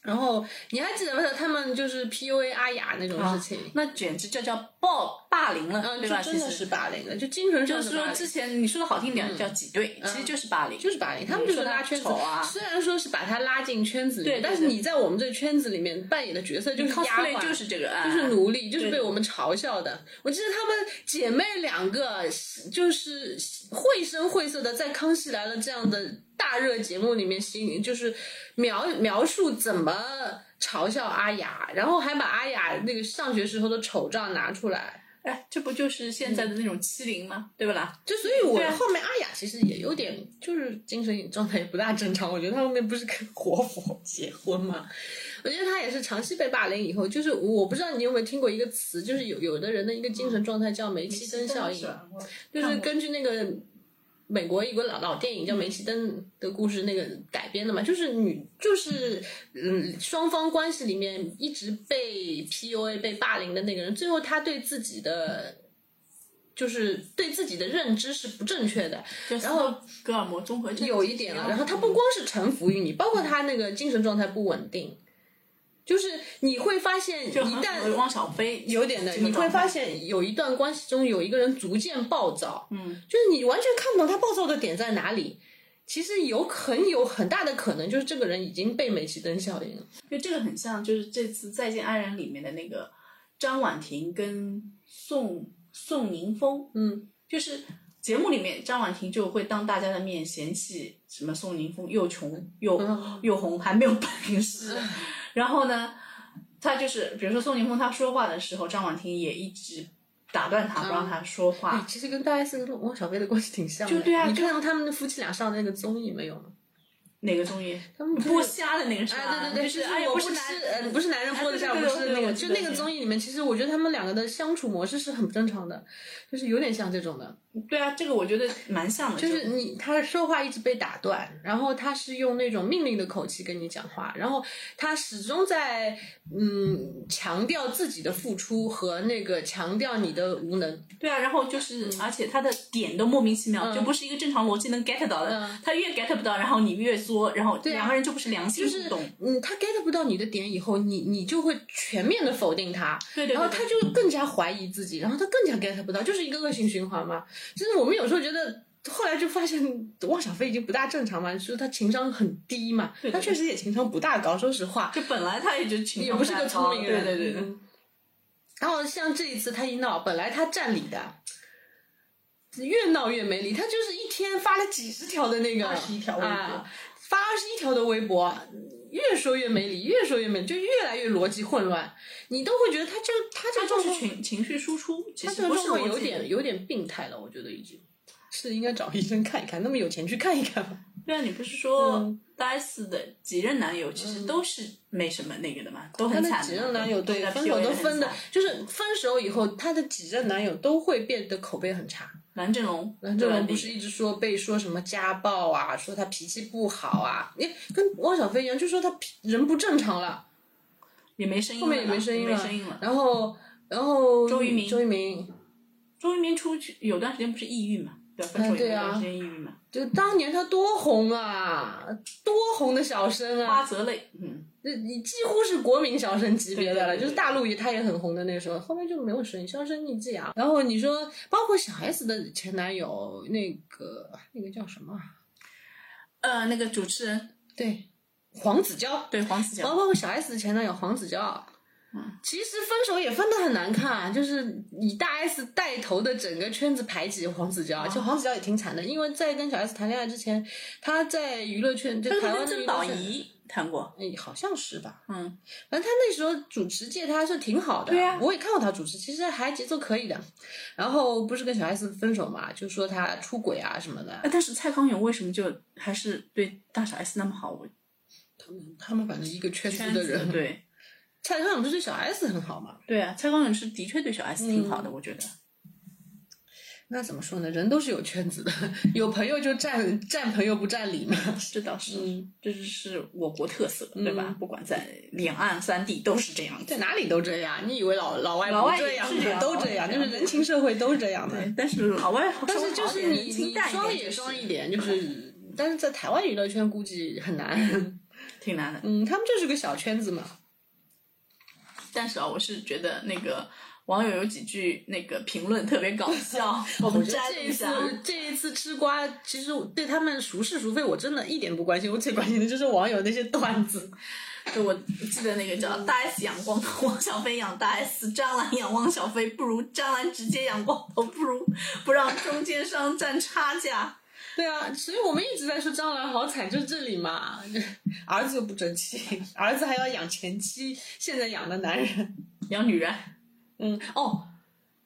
[SPEAKER 2] 然后你还记得吗？他们就是 PUA 阿雅那种
[SPEAKER 1] 啊
[SPEAKER 2] 事情，
[SPEAKER 1] 那简直就叫暴霸凌了，
[SPEAKER 2] 嗯，
[SPEAKER 1] 对
[SPEAKER 2] 就
[SPEAKER 1] 吧？
[SPEAKER 2] 真的
[SPEAKER 1] 其实
[SPEAKER 2] 是霸凌了，就精神上
[SPEAKER 1] 就是是说
[SPEAKER 2] 霸凌嗯
[SPEAKER 1] 之前你说的好听点叫挤兑，其实就是霸凌，
[SPEAKER 2] 就是霸凌，他们就是拉圈子。
[SPEAKER 1] 说他丑啊
[SPEAKER 2] 虽然说是把他拉进圈子里
[SPEAKER 1] 对
[SPEAKER 2] 面，
[SPEAKER 1] 对
[SPEAKER 2] 但是
[SPEAKER 1] 对
[SPEAKER 2] 你在我们这个圈子里面扮演的角色就是丫
[SPEAKER 1] cosplay
[SPEAKER 2] 鬟，
[SPEAKER 1] 就是这个，哎
[SPEAKER 2] 就是奴隶，就是
[SPEAKER 1] 对
[SPEAKER 2] 被我们嘲笑的。我记得她们姐妹两个，就是绘声绘色的在《康熙来了》这样的大热节目里面，行就是描描述怎么嘲笑阿雅，然后还把阿雅那个上学时候的丑照拿出来。
[SPEAKER 1] 哎，这不就是现在的那种欺凌吗？对不啦？
[SPEAKER 2] 就所以，我
[SPEAKER 1] 对啊
[SPEAKER 2] 后面阿雅其实也有点，就是精神状态也不大正常。我觉得她后面不是跟活佛结婚吗？我觉得她也是长期被霸凌以后，就是我不知道你有没有听过一个词，就是有有的人的一个精神状态叫煤气灯效应，就是根据那个美国一个老老电影叫《煤气灯》的故事那个改编的嘛，就是女就是嗯双方关系里面一直被 PUA 被霸凌的那个人，最后他对自己的。就是对自己的认知是不正确的，
[SPEAKER 1] 然后戈尔摩综合症
[SPEAKER 2] 有一点啊了。然后他不光是臣服于你，包括他那个精神状态不稳定，就是你会发现，一
[SPEAKER 1] 就很
[SPEAKER 2] 旦
[SPEAKER 1] 有汪小菲
[SPEAKER 2] 有点的，
[SPEAKER 1] 这个
[SPEAKER 2] 你
[SPEAKER 1] 状
[SPEAKER 2] 会
[SPEAKER 1] 态
[SPEAKER 2] 发现有一段关系中有一个人逐渐暴躁，嗯，就是你完全看不懂他暴躁的点在哪里。其实有很有很大的可能就是这个人已经被煤气灯效应了，
[SPEAKER 1] 因为这个很像，就是这次《再见爱人》里面的那个张婉婷跟宋宋宁峰，
[SPEAKER 2] 嗯，
[SPEAKER 1] 就是节目里面，张婉婷就会当大家的面嫌弃什么宋宁峰又穷又
[SPEAKER 2] 嗯
[SPEAKER 1] 又红，还没有本事。然后呢，他就是比如说宋宁峰他说话的时候，张婉婷也一直打断他，不让他说
[SPEAKER 2] 哎
[SPEAKER 1] 话，。
[SPEAKER 2] 其实跟大 S 跟汪小菲的关系挺像的。
[SPEAKER 1] 就对啊
[SPEAKER 2] 你看到他们夫妻俩上那个综艺没有？
[SPEAKER 1] 哪个综艺？
[SPEAKER 2] 他们不是
[SPEAKER 1] 剥虾的那个是吧？
[SPEAKER 2] 哎，对对对，
[SPEAKER 1] 就是
[SPEAKER 2] 是
[SPEAKER 1] 哎呀，
[SPEAKER 2] 我
[SPEAKER 1] 是
[SPEAKER 2] 是
[SPEAKER 1] 男，
[SPEAKER 2] 呃不是男人播的下，
[SPEAKER 1] 哎
[SPEAKER 2] 不
[SPEAKER 1] 对对对
[SPEAKER 2] 是
[SPEAKER 1] 对
[SPEAKER 2] 那
[SPEAKER 1] 我
[SPEAKER 2] 个，
[SPEAKER 1] 记
[SPEAKER 2] 就
[SPEAKER 1] 得
[SPEAKER 2] 那个综艺里面，其实我觉得他们两个的相处模式是很不正常的，就是有点像这种的，
[SPEAKER 1] 对啊，这个我觉得蛮像的，
[SPEAKER 2] 就是你他说话一直被打断，然后他是用那种命令的口气跟你讲话，然后他始终在嗯强调自己的付出和那个强调你的无能，
[SPEAKER 1] 对啊，然后就是，而且他的点都莫名其妙，
[SPEAKER 2] 嗯
[SPEAKER 1] 就不是一个正常逻辑能 get 到的
[SPEAKER 2] 嗯。
[SPEAKER 1] 他越 get 不到，然后你越作，然后
[SPEAKER 2] 啊
[SPEAKER 1] 两个人就不是良心
[SPEAKER 2] 就是
[SPEAKER 1] 互动。
[SPEAKER 2] 嗯他 get 不到你的点以后，你你就会全面的否定他，
[SPEAKER 1] 对对对
[SPEAKER 2] 然后他就更加怀疑自己，然后他更加 get 不到，就是一个恶性循环嘛。就是我们有时候觉得，后来就发现汪小菲已经不大正常嘛，就是他情商很低嘛，
[SPEAKER 1] 对对
[SPEAKER 2] 他确实也情商不大高，说实话，
[SPEAKER 1] 就本来他也就情
[SPEAKER 2] 也
[SPEAKER 1] 商
[SPEAKER 2] 不是个
[SPEAKER 1] 太
[SPEAKER 2] 聪
[SPEAKER 1] 高
[SPEAKER 2] 明人。
[SPEAKER 1] 对对对对，
[SPEAKER 2] 嗯。然后像这一次他一闹，本来他占理的。越闹越没理，他就是一天发了几十条的那个
[SPEAKER 3] 21条微博
[SPEAKER 2] 啊发二十一条的微博，越说越没理，越说越没理，就越来越逻辑混乱，你都会觉得他这他这
[SPEAKER 1] 他
[SPEAKER 2] 个
[SPEAKER 1] 就
[SPEAKER 2] 状
[SPEAKER 1] 是
[SPEAKER 2] 况
[SPEAKER 1] 情情绪输出，其
[SPEAKER 2] 他
[SPEAKER 1] 实
[SPEAKER 2] 这个
[SPEAKER 1] 不是
[SPEAKER 2] 状况
[SPEAKER 1] 逻
[SPEAKER 2] 有
[SPEAKER 1] 辑
[SPEAKER 2] 点有点病态了，我觉得已经是应该找医生看一看。那么有钱去看一看吧。
[SPEAKER 1] 对啊，你不是说
[SPEAKER 2] 嗯
[SPEAKER 1] 大 S 的几任男友其实都是没什么那个的嘛，都
[SPEAKER 2] 她
[SPEAKER 1] 很
[SPEAKER 2] 的
[SPEAKER 1] 惨。
[SPEAKER 2] 哦几任男友对
[SPEAKER 1] 在
[SPEAKER 2] 分
[SPEAKER 1] PUA
[SPEAKER 2] 手都
[SPEAKER 1] 很
[SPEAKER 2] 分的
[SPEAKER 1] 惨，
[SPEAKER 2] 就是分手以后，她的几任男友都会变得口碑很差。
[SPEAKER 1] 蓝正龙，
[SPEAKER 2] 蓝
[SPEAKER 1] 对
[SPEAKER 2] 正
[SPEAKER 1] 吧
[SPEAKER 2] 龙不是一直说被说什么家暴啊，说他脾气不好啊，也跟汪小菲一样，就说他脾人不正常了，
[SPEAKER 1] 也没声音了
[SPEAKER 2] 后
[SPEAKER 1] 嘛，
[SPEAKER 2] 面也没声音
[SPEAKER 1] 也
[SPEAKER 2] 了，
[SPEAKER 1] 没声音了。
[SPEAKER 2] 然后，然后
[SPEAKER 1] 周渝民
[SPEAKER 2] 周渝民
[SPEAKER 1] 周渝民出去有段时间不是抑郁嘛，对吧？分手
[SPEAKER 2] 嗯对
[SPEAKER 1] 有
[SPEAKER 2] 啊
[SPEAKER 1] 段时间抑郁嘛，
[SPEAKER 2] 就当年他多红啊，多红的小生啊，
[SPEAKER 1] 花泽类，嗯。
[SPEAKER 2] 这你几乎是国民小生级别的
[SPEAKER 1] 对对
[SPEAKER 2] 了，
[SPEAKER 1] 对
[SPEAKER 2] 就是大陆也他也很红的那时候，后面就没有声音，销声匿迹啊。然后你说，包括小 S 的前男友那个那个叫什么啊？
[SPEAKER 1] 呃，那个主持人
[SPEAKER 2] 对，黄子佼，
[SPEAKER 1] 对黄子佼，
[SPEAKER 2] 然
[SPEAKER 1] 嗯
[SPEAKER 2] 后包括小 S 的前男友黄子佼。其实分手也分得很难看，啊就是以大 S 带头的整个圈子排挤黄子佼，
[SPEAKER 1] 哦
[SPEAKER 2] 就黄子佼也挺惨的，因为在跟小 S 谈恋爱之前，他在娱乐圈就
[SPEAKER 1] 他跟
[SPEAKER 2] 台湾的娱
[SPEAKER 1] 曾
[SPEAKER 2] 乐
[SPEAKER 1] 宝
[SPEAKER 2] 圈，
[SPEAKER 1] 仪谈过，
[SPEAKER 2] 哎，好像是吧？
[SPEAKER 1] 嗯，
[SPEAKER 2] 反正他那时候主持界他还是挺好的，
[SPEAKER 1] 对啊
[SPEAKER 2] 我也看过他主持，其实还节奏可以的。然后不是跟小 S 分手嘛，就说他出轨啊什么的
[SPEAKER 1] 哎，。但是蔡康永为什么就还是对大小 S 那么好？我
[SPEAKER 2] 他们反正一个圈子的人，
[SPEAKER 1] 对
[SPEAKER 2] 蔡康永是对小 S 很好嘛。
[SPEAKER 1] 对啊，蔡康永是的确对小 S 挺好
[SPEAKER 2] 嗯
[SPEAKER 1] 的，我觉得。
[SPEAKER 2] 那怎么说呢？人都是有圈子的， [laughs] 有朋友就占占朋友不占理嘛。
[SPEAKER 1] 这倒是，
[SPEAKER 2] 嗯
[SPEAKER 1] 这就是我国特色，对吧？
[SPEAKER 2] 嗯
[SPEAKER 1] 不管在两岸三地都是这样
[SPEAKER 2] 在
[SPEAKER 1] 子。
[SPEAKER 2] 哪里都这样，你以为老老外
[SPEAKER 1] 老外
[SPEAKER 2] 不
[SPEAKER 1] 也
[SPEAKER 2] 这样
[SPEAKER 1] 是这样啊
[SPEAKER 2] 的？都这样，就是人情社会都这样的。
[SPEAKER 1] 但是老外好像
[SPEAKER 2] 但是就
[SPEAKER 1] 好
[SPEAKER 2] 是
[SPEAKER 1] 点
[SPEAKER 2] 你
[SPEAKER 1] 人情
[SPEAKER 2] 你
[SPEAKER 1] 淡一
[SPEAKER 2] 装
[SPEAKER 1] 点
[SPEAKER 2] 也
[SPEAKER 1] 就是
[SPEAKER 2] 装一点，就是，但是在台湾娱乐圈估计很难。
[SPEAKER 1] 挺难的。
[SPEAKER 2] 嗯，他们就是个小圈子嘛。
[SPEAKER 1] 但是啊，我是觉得那个网友有几句那个评论特别搞笑，我们
[SPEAKER 2] [laughs] 我觉得
[SPEAKER 1] 摘
[SPEAKER 2] 这啊
[SPEAKER 1] 录
[SPEAKER 2] 一
[SPEAKER 1] 一
[SPEAKER 2] 次
[SPEAKER 1] 下。
[SPEAKER 2] 这一次吃瓜，其实我对他们孰是孰非，我真的一点不关心。我最关心的就是网友那些段子。
[SPEAKER 1] 对，我记得那个叫大 S 养光头，汪小菲养大 S，张兰养汪小菲，不如张兰直接养光头，不如不让中间商占差价。
[SPEAKER 2] 对啊，所以我们一直在说张兰好惨，就是这里嘛，儿子又不争气，儿子还要养前妻现在养的男人。
[SPEAKER 1] 养女人，
[SPEAKER 2] 嗯，哦，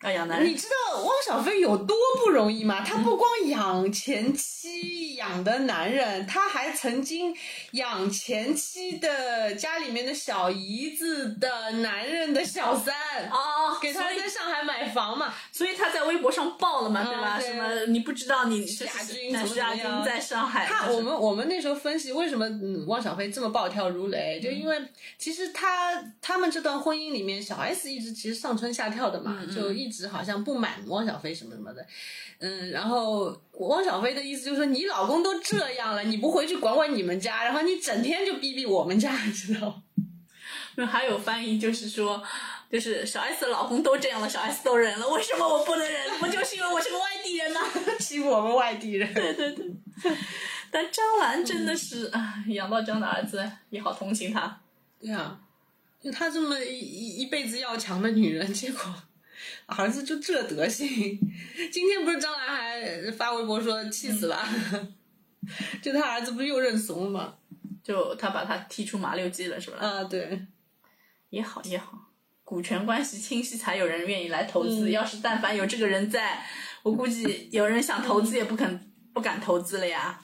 [SPEAKER 1] 要养男
[SPEAKER 2] 你
[SPEAKER 1] 人，
[SPEAKER 2] 知道汪小菲有多不容易吗？他不光养前妻养的男人，他还曾经养前妻的家里面的小姨子的男人的小三。
[SPEAKER 1] 哦，
[SPEAKER 2] 给
[SPEAKER 1] 所
[SPEAKER 2] 他
[SPEAKER 1] 以
[SPEAKER 2] 在上海买房嘛，
[SPEAKER 1] 所以他在微博上爆了嘛，
[SPEAKER 2] 嗯
[SPEAKER 1] 对吧？
[SPEAKER 2] 对
[SPEAKER 1] 什么你不知道你徐
[SPEAKER 2] 亚军怎么
[SPEAKER 1] 徐亚
[SPEAKER 2] 怎么
[SPEAKER 1] 军
[SPEAKER 2] 样
[SPEAKER 1] 在上海，
[SPEAKER 2] [laughs] 他
[SPEAKER 1] 就是
[SPEAKER 2] 我们我们那时候分析为什么嗯汪小菲这么暴跳如雷，就因为其实他他们这段婚姻里面，小 S 一直其实上蹿下跳的嘛，就一直好像不满汪小菲什么什么的，嗯，然后汪小菲的意思就是说你老公都这样了，你不回去管管你们家，然后你整天就逼逼我们家，你知道吗？ [laughs]
[SPEAKER 1] 那还有翻译就是说，就是小 S 的老公都这样了，小 S 都忍了，为什么我不能忍？不就是因为我是个外地人吗？
[SPEAKER 2] 欺负我们外地人。
[SPEAKER 1] 对对对。但张兰真
[SPEAKER 2] 嗯
[SPEAKER 1] 的是，唉养到这样的儿子也好同情他。
[SPEAKER 2] 对啊，就她这么一一一辈子要强的女人，结果儿子就这德行。今天不是张兰还发微博说气死了，
[SPEAKER 1] 嗯
[SPEAKER 2] [laughs] 就他儿子不是又认怂了吗？
[SPEAKER 1] 就他把他踢出麻六记了，是吧？
[SPEAKER 2] 啊，对，
[SPEAKER 1] 也好也好，股权关系清晰才有人愿意来投
[SPEAKER 2] 嗯
[SPEAKER 1] 资。要是但凡有这个人在，我估计有人想投
[SPEAKER 2] 嗯
[SPEAKER 1] 资也不肯不敢投资了呀。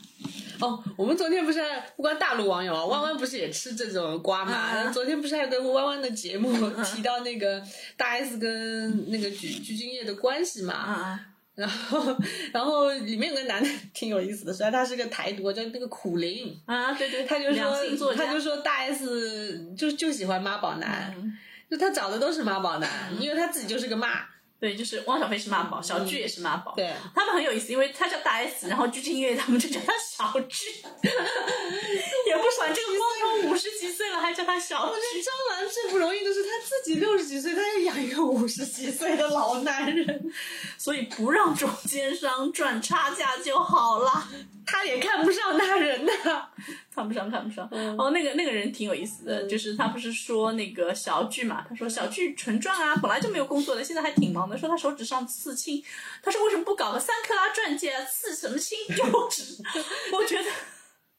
[SPEAKER 2] 哦，我们昨天不是不光大陆网友啊，弯弯不是也吃这种瓜嘛？
[SPEAKER 1] 啊
[SPEAKER 2] 然后昨天不是还有个弯弯的节目提到那个大 S 跟那个鞠鞠婧祎的关系嘛？
[SPEAKER 1] 啊啊
[SPEAKER 2] 然后，然后里面有个男的挺有意思的，虽然他是个台独，啊叫那个苦林，
[SPEAKER 1] 啊！对对，
[SPEAKER 2] 嗯他就
[SPEAKER 1] 两性作
[SPEAKER 2] 说
[SPEAKER 1] 家嗯
[SPEAKER 2] 他就说大 S 就就喜欢妈宝男，就他找的都是妈宝男，因为他自己就是个妈，
[SPEAKER 1] 对，就是汪小菲是妈宝，小鞠也是妈宝。
[SPEAKER 2] 嗯对
[SPEAKER 1] 他们很有意思，因为他叫大 S，然后鞠婧祎他们就叫他小 [laughs] 鞠，也不管这个光头五十几岁了还叫他小鞠。
[SPEAKER 2] 张兰最不容易的是他自己六十几岁，他要养一个五十几岁的老男人，
[SPEAKER 1] 所以不让中间商赚差价就好啦。
[SPEAKER 2] 他也看不上那人呐、
[SPEAKER 1] 看不上，看不上。
[SPEAKER 2] 嗯
[SPEAKER 1] 哦，那个那个人挺有意思的，就是他不是说那个小巨嘛，他说小巨纯赚啊，本来就没有工作的，现在还挺忙的。说他手指上刺青，他说为什么不搞个三克拉钻戒啊？刺什么青？幼稚！我觉得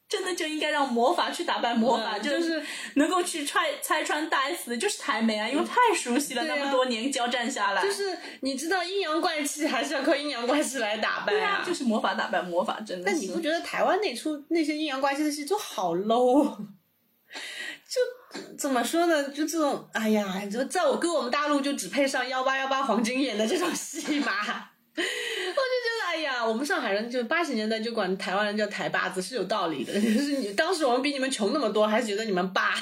[SPEAKER 1] 真的就应该让魔法去打败魔法，
[SPEAKER 2] 嗯就是
[SPEAKER 1] 能够去拆拆穿大 S 的，就是台媒啊，因为太熟悉了，
[SPEAKER 2] 对啊
[SPEAKER 1] 那么多年交战下来，
[SPEAKER 2] 就是你知道阴阳怪气还是要靠阴阳怪气来打败。
[SPEAKER 1] 对啊，就是是魔法打败魔法，真的
[SPEAKER 2] 但
[SPEAKER 1] 是。
[SPEAKER 2] 你不觉得台湾那出那些阴阳怪气的戏就好 low？就怎么说呢？就这种，哎呀，就在我跟我们大陆就只配上幺八幺八黄金眼的这种戏嘛。我就觉得，哎呀，我们上海人就八十年代就管台湾人叫台巴子是有道理的，就是你当时我们比你们穷那么多，还觉得你们巴。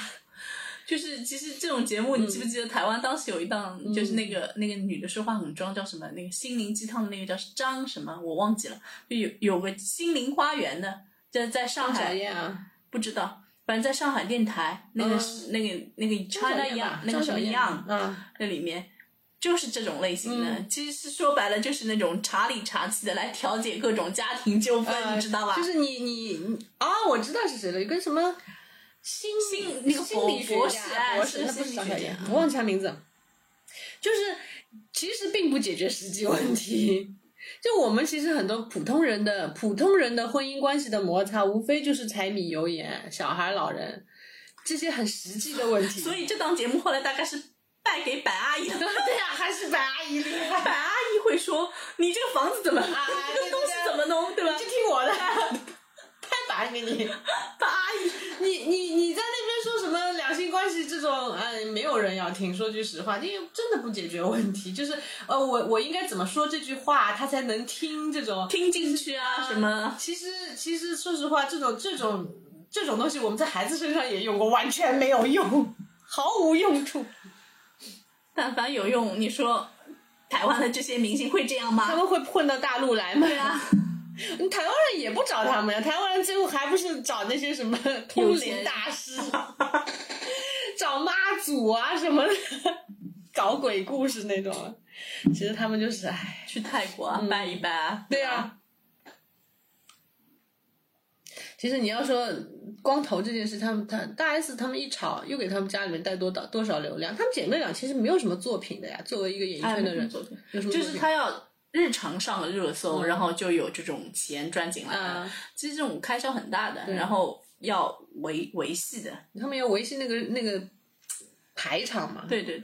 [SPEAKER 1] 就是其实这种节
[SPEAKER 2] 嗯
[SPEAKER 1] 目，你记不记得台湾当时有一档，就是那个、那个女的说话很装，叫什么那个心灵鸡汤的那个叫张什么，我忘记了，就有有个心灵花园的，在在上海
[SPEAKER 2] 啊，
[SPEAKER 1] 不知道，反正在上海电台那个、
[SPEAKER 2] 嗯
[SPEAKER 1] 那个那个 China Young 那个
[SPEAKER 2] 张
[SPEAKER 1] 什
[SPEAKER 2] 小
[SPEAKER 1] 么
[SPEAKER 2] 燕
[SPEAKER 1] Young
[SPEAKER 2] 嗯，
[SPEAKER 1] 那里面。就是这种类型的，其实是说白了就是那种茶里茶气的来调解各种家庭纠纷，
[SPEAKER 2] 呃
[SPEAKER 1] 哎你知道吧？
[SPEAKER 2] 就是你你你啊，我知道是谁了，有个什么心
[SPEAKER 1] 心那个
[SPEAKER 2] 心理
[SPEAKER 1] 博
[SPEAKER 2] 学
[SPEAKER 1] 士
[SPEAKER 2] 家
[SPEAKER 1] 哎
[SPEAKER 2] 博
[SPEAKER 1] 是
[SPEAKER 2] 士，他不
[SPEAKER 1] 心理
[SPEAKER 2] 是张
[SPEAKER 1] 学
[SPEAKER 2] 小
[SPEAKER 1] 家
[SPEAKER 2] 燕，我忘记他名字了。就是其实并不解决实际问题。就我们其实很多普通人的普通人的婚姻关系的摩擦，无非就是柴米油盐、小孩、老人这些很实际的问题。
[SPEAKER 1] 所以这档节目后来大概是败给白阿姨了。
[SPEAKER 2] [laughs] 对呀、还是白阿姨厉害。
[SPEAKER 1] 白阿姨会说：“你这个房子怎么啊？
[SPEAKER 2] 哎
[SPEAKER 1] 你这个东西怎么弄？对吧
[SPEAKER 2] 就听我的， [laughs] 太白给你。？”
[SPEAKER 1] 白阿姨，
[SPEAKER 2] 你你你在那边说什么两性关系这种，哎，没有人要听。说句实话，因为真的不解决问题。就是呃，我我应该怎么说这句话，他才能听这种？
[SPEAKER 1] 听进去啊，什么？
[SPEAKER 2] 其实其实说实话，这种这种这种东西，我们在孩子身上也用过，完全没有用，毫无用处。
[SPEAKER 1] 但凡有用，你说台湾的这些明星会这样
[SPEAKER 2] 他
[SPEAKER 1] 吗？ [laughs]
[SPEAKER 2] 们会混到大陆来吗？
[SPEAKER 1] 对啊，
[SPEAKER 2] 台湾人也不找他们呀，台湾人最后还不是找那些什么通
[SPEAKER 1] 有钱
[SPEAKER 2] 灵
[SPEAKER 1] 人 [laughs]
[SPEAKER 2] 大师，找妈祖啊什么的， [laughs] 搞鬼故事那种。其实他们就是唉，
[SPEAKER 1] 去泰国啊，拜一拜啊。
[SPEAKER 2] 嗯对啊。其实你要说光头这件事，他们他大 S 他们一吵，又给他们家里面带多少多少流量。他们姐妹俩其实没有什么作品的呀，作为一个演艺
[SPEAKER 1] 哎，
[SPEAKER 2] 圈的
[SPEAKER 1] 没
[SPEAKER 2] 人，
[SPEAKER 1] 错对
[SPEAKER 2] 有什么作
[SPEAKER 1] 就
[SPEAKER 2] 品
[SPEAKER 1] 是他要日常上了热搜，
[SPEAKER 2] 嗯
[SPEAKER 1] 然后就有这种钱赚进来了。
[SPEAKER 2] 嗯
[SPEAKER 1] 其实这种开销很大的，然后要维维系的。
[SPEAKER 2] 他们要维系那个那个排场嘛。
[SPEAKER 1] 对对，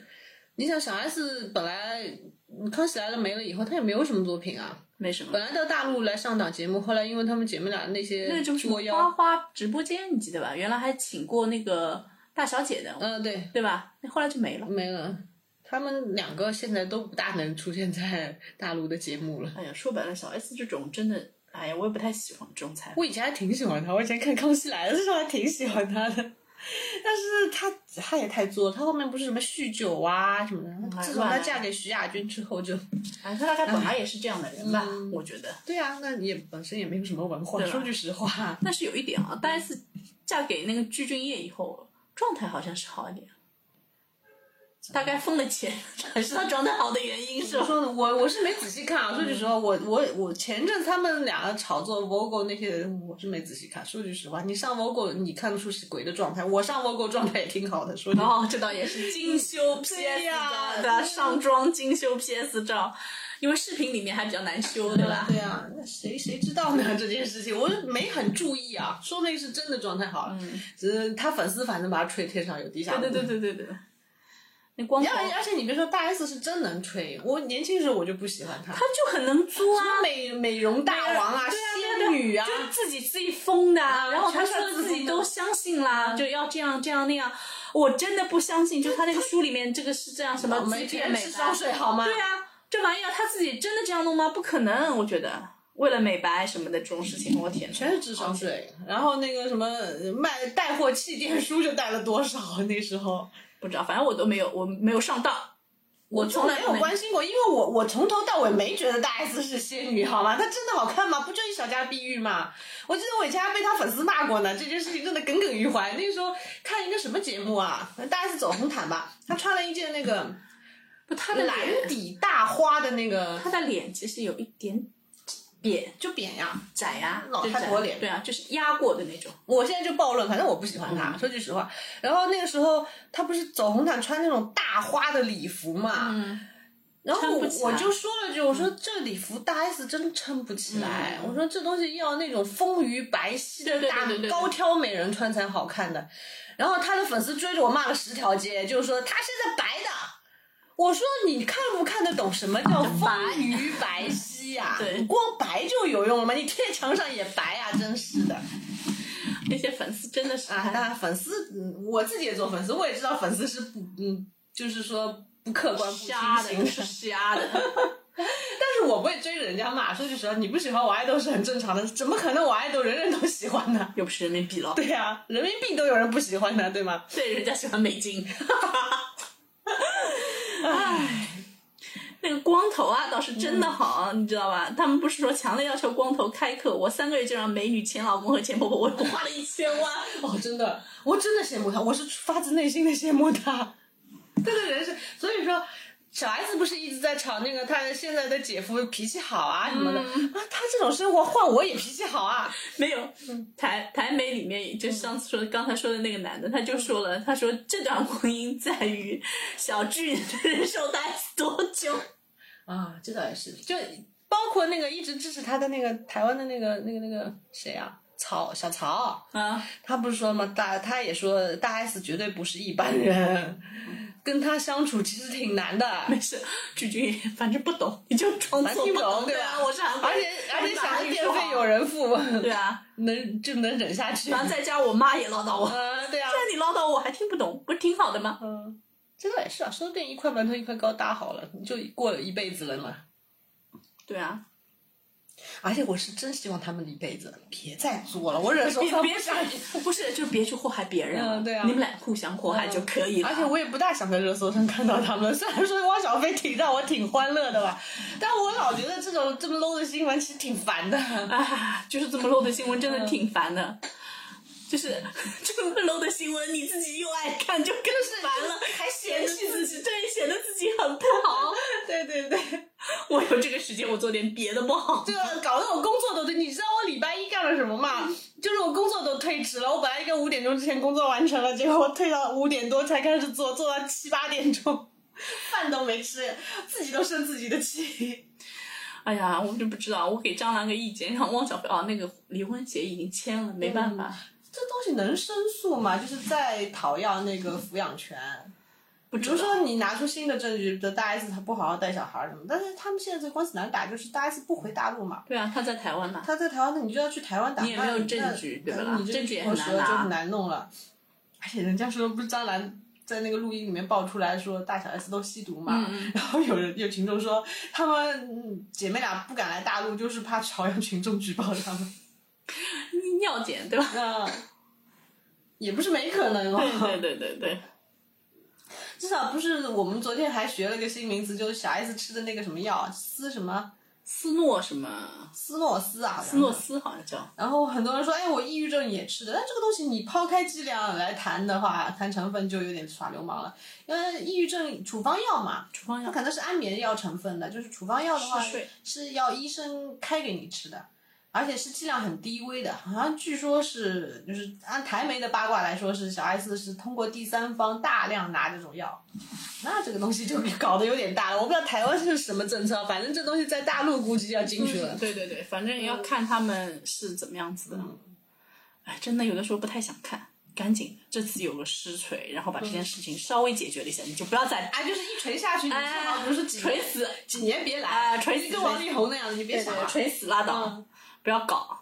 [SPEAKER 2] 你想小 S 本来嗯康熙来了没了以后，她也没有什么作品啊。
[SPEAKER 1] 没什么
[SPEAKER 2] 本。来到大陆来上档节目，后来因为他们姐妹俩那
[SPEAKER 1] 那
[SPEAKER 2] 些
[SPEAKER 1] 个就是哦什么
[SPEAKER 2] 作
[SPEAKER 1] 花
[SPEAKER 2] 妖，
[SPEAKER 1] 花直播间，你记得吧？原来还请过那个大小姐的，
[SPEAKER 2] 嗯、对，
[SPEAKER 1] 对吧？那后来就没了。
[SPEAKER 2] 没了。他们两个现在都不大能出现在大陆的节目了。
[SPEAKER 1] 哎呀，说白了，小 S 这种真的，哎呀，我也不太喜欢这种采访。
[SPEAKER 2] 我以前还挺喜欢他，我以前看《康熙来了》的时候还挺喜欢他的， [laughs] 但是他他也太作了，他后面不是什么酗酒啊什么的，自从
[SPEAKER 1] 嗯乱
[SPEAKER 2] 他
[SPEAKER 1] 来
[SPEAKER 2] 嫁给徐亚军之后就，
[SPEAKER 1] 哎，她大概本来也是这样的人吧，
[SPEAKER 2] 嗯
[SPEAKER 1] 我觉得。
[SPEAKER 2] 对啊，那也本身也没有什么文化，
[SPEAKER 1] 对吧
[SPEAKER 2] 说句实话，
[SPEAKER 1] 但是有一点啊，大 S 嫁给那个鞠婧祎以后，状态好像是好一点。大概封了钱， [laughs] 还是他状态好的原因是
[SPEAKER 2] 怎么
[SPEAKER 1] 吧？ [laughs]
[SPEAKER 2] 说呢？我我是没仔细看啊。说句实话，我我我前阵他们俩炒作 Vogue 那些人，我是没仔细看。说句实话，你上 Vogue 你看得出是鬼的状态，我上 Vogue 状态也挺好的。说句
[SPEAKER 1] 哦，这倒也是精修 PS
[SPEAKER 2] 嗯对呀嗯
[SPEAKER 1] 照，对
[SPEAKER 2] 对
[SPEAKER 1] 吧？
[SPEAKER 2] 呀
[SPEAKER 1] 上妆精修 PS 照，因为视频里面还比较难修，对吧？
[SPEAKER 2] 对啊，那谁谁知道呢？这件事情我没很注意啊，说不定是真的状态好了，只是他粉丝反正把他吹天上有地下无。
[SPEAKER 1] 对对对对对对。那光头
[SPEAKER 2] 而且而且你别说，大 S 是真能吹，我年轻时候我就不喜欢她，
[SPEAKER 1] 他就很能作啊，
[SPEAKER 2] 美美容大王啊，
[SPEAKER 1] 对啊
[SPEAKER 2] 仙女啊
[SPEAKER 1] 就，是自己自己疯的啊，然后他
[SPEAKER 2] 全是
[SPEAKER 1] 说
[SPEAKER 2] 自封的
[SPEAKER 1] 自己嗯都相信啦，就要这样这样那样，我真的不相信，就他那个书里面这个是这样什么
[SPEAKER 2] 我们
[SPEAKER 1] 几点
[SPEAKER 2] 全
[SPEAKER 1] 美
[SPEAKER 2] 是
[SPEAKER 1] 白
[SPEAKER 2] 烧水好吗
[SPEAKER 1] 对啊，这玩意儿他自己真的这样弄吗？不可能，我觉得为了美白什么的这种事情，我天哪，
[SPEAKER 2] 全是智商
[SPEAKER 1] 哦
[SPEAKER 2] 税。然后那个什么卖带货气垫书就带了多少？啊那时候
[SPEAKER 1] 不知道，反正我都没有，我没有上当， [laughs] 我
[SPEAKER 2] 就
[SPEAKER 1] 从来
[SPEAKER 2] 没有
[SPEAKER 1] 没
[SPEAKER 2] 关心过，因为我我从头到尾没觉得大 S 是仙女，好吗？她真的好看吗？不就一小家碧玉吗？我记得我以前还被她粉丝骂过呢，这件事情真的耿耿于怀。那时候看一个什么节目啊，大 S 走红毯吧，她穿了一件那个
[SPEAKER 1] 不他的
[SPEAKER 2] 蓝
[SPEAKER 1] 脸，
[SPEAKER 2] 底大花的那个，
[SPEAKER 1] 他的脸其实有一点扁
[SPEAKER 2] 就扁呀。
[SPEAKER 1] 窄呀、
[SPEAKER 2] 老
[SPEAKER 1] 就
[SPEAKER 2] 太
[SPEAKER 1] 窄
[SPEAKER 2] 婆脸
[SPEAKER 1] 对啊，就是压过的那种，
[SPEAKER 2] 我现在就暴论，反正我不喜欢
[SPEAKER 1] 嗯
[SPEAKER 2] 她，说句实话。然后那个时候她不是走红毯穿那种大花的礼服嘛，
[SPEAKER 1] 嗯，
[SPEAKER 2] 然后
[SPEAKER 1] 撑不
[SPEAKER 2] 我
[SPEAKER 1] 起来
[SPEAKER 2] 我就说了句，我说这礼服大 S 真撑不起来，我说这东西要那种丰腴白皙
[SPEAKER 1] 嗯对对
[SPEAKER 2] 的
[SPEAKER 1] 对
[SPEAKER 2] 大
[SPEAKER 1] 对对
[SPEAKER 2] 高挑美人穿才好看的。然后她的粉丝追着我骂了十条街，就是说她现在白的。我说你看不看得懂什么
[SPEAKER 1] [laughs]
[SPEAKER 2] 叫丰腴白皙呀、
[SPEAKER 1] 对
[SPEAKER 2] 你光白就有用了吗？你贴墙上也白呀、真是的。
[SPEAKER 1] 那些粉丝真的是
[SPEAKER 2] 啊，当然粉丝，嗯我自己也做粉丝，我也知道粉丝是不，嗯，就是说不客观、不
[SPEAKER 1] 瞎的，
[SPEAKER 2] 清
[SPEAKER 1] 就是
[SPEAKER 2] 醒的。
[SPEAKER 1] 瞎的。
[SPEAKER 2] [laughs] 但是我不会追着人家骂，说句实话，你不喜欢我爱豆是很正常的，怎么可能我爱豆人人都喜欢
[SPEAKER 1] [laughs]
[SPEAKER 2] 呢？[laughs]
[SPEAKER 1] 又不是人民币了，
[SPEAKER 2] 对呀、人民币都有人不喜欢的，对吗？ [laughs]
[SPEAKER 1] 对，人家喜欢美金。 [laughs] 唉，那个光头啊，倒是真的好啊，你知道吧？他们不是说强烈要求光头开课，我三个月就让美女、前老公和前婆婆，我花了一千 [laughs] 万。
[SPEAKER 2] 哦，真的，我真的羡慕他，我是发自内心的羡慕他。 [laughs] 这个人是，所以说，小 S 不是一直在吵那个他现在的姐夫脾气好啊什么的、啊，他这种生活换我也脾气好啊。
[SPEAKER 1] 没有，台台媒里面就上次说刚才说的那个男的，他就说了，他说这段婚姻在于小俊忍受他多久。
[SPEAKER 2] 啊，这倒也是，就包括那个一直支持他的那个台湾的那个那个那个谁啊，曹小曹，
[SPEAKER 1] 啊，
[SPEAKER 2] 他不是说嘛，大他也说大 S 绝对不是一般人，跟他相处其实挺难的，
[SPEAKER 1] 没事，菊菊反正不懂，你就装
[SPEAKER 2] 蛮
[SPEAKER 1] 作
[SPEAKER 2] 听不
[SPEAKER 1] 懂，
[SPEAKER 2] 懂对啊
[SPEAKER 1] 吧？
[SPEAKER 2] 吧？
[SPEAKER 1] 我是韩国
[SPEAKER 2] 而
[SPEAKER 1] 人，
[SPEAKER 2] 且而且
[SPEAKER 1] 你把
[SPEAKER 2] 想
[SPEAKER 1] 韩
[SPEAKER 2] 着
[SPEAKER 1] 语
[SPEAKER 2] 电
[SPEAKER 1] 说
[SPEAKER 2] 费
[SPEAKER 1] 好
[SPEAKER 2] 有人付， [laughs]
[SPEAKER 1] 对啊，
[SPEAKER 2] 能就能忍下去。
[SPEAKER 1] 然后
[SPEAKER 2] 嗯、
[SPEAKER 1] 在家我妈也唠叨我，
[SPEAKER 2] 对啊，
[SPEAKER 1] 但你唠叨我还听不懂，不是挺好的吗？
[SPEAKER 2] 嗯，这倒也是啊，说不定一块馒头一块糕搭好了，你就过了一辈子了嘛。
[SPEAKER 1] 对啊，
[SPEAKER 2] [laughs] 而且我是真希望他们一辈子别再作 [laughs] 了，我忍受
[SPEAKER 1] 别
[SPEAKER 2] 不
[SPEAKER 1] 别
[SPEAKER 2] 下去。
[SPEAKER 1] 去，不是，就别去祸害别人了。
[SPEAKER 2] 嗯对啊嗯
[SPEAKER 1] 你们俩互相祸害就可以了。
[SPEAKER 2] 而且我也不大想在热搜上看到他们， [laughs] 虽然说汪小菲挺让我挺欢乐的吧，但我老觉得这种这么 low 的新闻其实挺烦的。 [laughs]
[SPEAKER 1] 啊，就是这么 low 的新闻，真
[SPEAKER 2] 嗯
[SPEAKER 1] 的挺烦的。就是 [laughs] 这么 low 的新闻，你自己又爱看，就更烦了，还嫌弃自己，对，显得自己很不好。 [laughs]
[SPEAKER 2] 对对对，
[SPEAKER 1] 我有这个时间，我做点别的不好
[SPEAKER 2] 这。个搞得我工作都对，你知道我礼拜一干了什么吗？就是我工作都推迟了，我本来应该五点钟之前工作完成了，结果我推到五点多才开始做，做到七八点钟，饭都没吃，自己都生自己的气。
[SPEAKER 1] 哎呀，我就不知道，我给张兰个意见，让汪小菲哦，那个离婚协议已经签了，没办法，
[SPEAKER 2] 这东西能申诉吗？就是在讨要那个抚养权。
[SPEAKER 1] 不
[SPEAKER 2] 比
[SPEAKER 1] 知
[SPEAKER 2] 如
[SPEAKER 1] 道
[SPEAKER 2] 说你拿出新的证据，的大 S 她不好好带小孩儿什么，但是他们现在这官司难打，就是大 S 不回大陆嘛，
[SPEAKER 1] 对啊，他在台湾嘛，
[SPEAKER 2] 她在台湾，那你就要去台湾打，
[SPEAKER 1] 你也没有
[SPEAKER 2] 那
[SPEAKER 1] 证据
[SPEAKER 2] 那
[SPEAKER 1] 对吧
[SPEAKER 2] 你这
[SPEAKER 1] 证据也
[SPEAKER 2] 口
[SPEAKER 1] 很难
[SPEAKER 2] 舌就
[SPEAKER 1] 拿
[SPEAKER 2] 很难弄了。而且人家说不是张兰在那个录音里面爆出来说大小 S 都吸毒嘛，
[SPEAKER 1] 嗯
[SPEAKER 2] [laughs] 然后有人有群众说他们嗯姐妹俩不敢来大陆，就是怕朝阳群众举报他们，
[SPEAKER 1] 尿检
[SPEAKER 2] [laughs]
[SPEAKER 1] 对吧？
[SPEAKER 2] 那也不是没可能哦。
[SPEAKER 1] 对对对对，
[SPEAKER 2] 至少不是我们昨天还学了个新名词，就是小 S 吃的那个什么药，司什么
[SPEAKER 1] 斯诺什么
[SPEAKER 2] 斯诺斯啊，
[SPEAKER 1] 斯诺斯好像叫，
[SPEAKER 2] 然后很多人说，哎，我抑郁症也吃的，但这个东西你抛开剂量来谈的话，谈成分就有点耍流氓了。因为抑郁症处方药嘛，
[SPEAKER 1] 处方
[SPEAKER 2] 它
[SPEAKER 1] 药
[SPEAKER 2] 可能是安眠药成分的，就是处方药的话
[SPEAKER 1] 嗯嗜睡
[SPEAKER 2] 是要医生开给你吃的，而且是剂量很低微的，好像据说是就是按台媒的八卦来说是小 S 是通过第三方大量拿这种药，那这个东西就搞得有点大了。我不知道台湾是什么政策，反正这东西在大陆估计要禁去了。
[SPEAKER 1] 嗯对对对，反正也
[SPEAKER 2] 嗯
[SPEAKER 1] 要看他们是怎么样子的。哎，真的有的时候不太想看，赶紧这次有个实锤，然后把这
[SPEAKER 2] 嗯
[SPEAKER 1] 件事情稍微解决了一下，你就不要再
[SPEAKER 2] 哎，就是一锤下去，你最好
[SPEAKER 1] 哎
[SPEAKER 2] 比如说几
[SPEAKER 1] 锤死，
[SPEAKER 2] 几年别来，
[SPEAKER 1] 哎锤死
[SPEAKER 2] 你跟王力宏那样的，你别想了。
[SPEAKER 1] 锤死拉倒
[SPEAKER 2] 嗯，
[SPEAKER 1] 不要搞。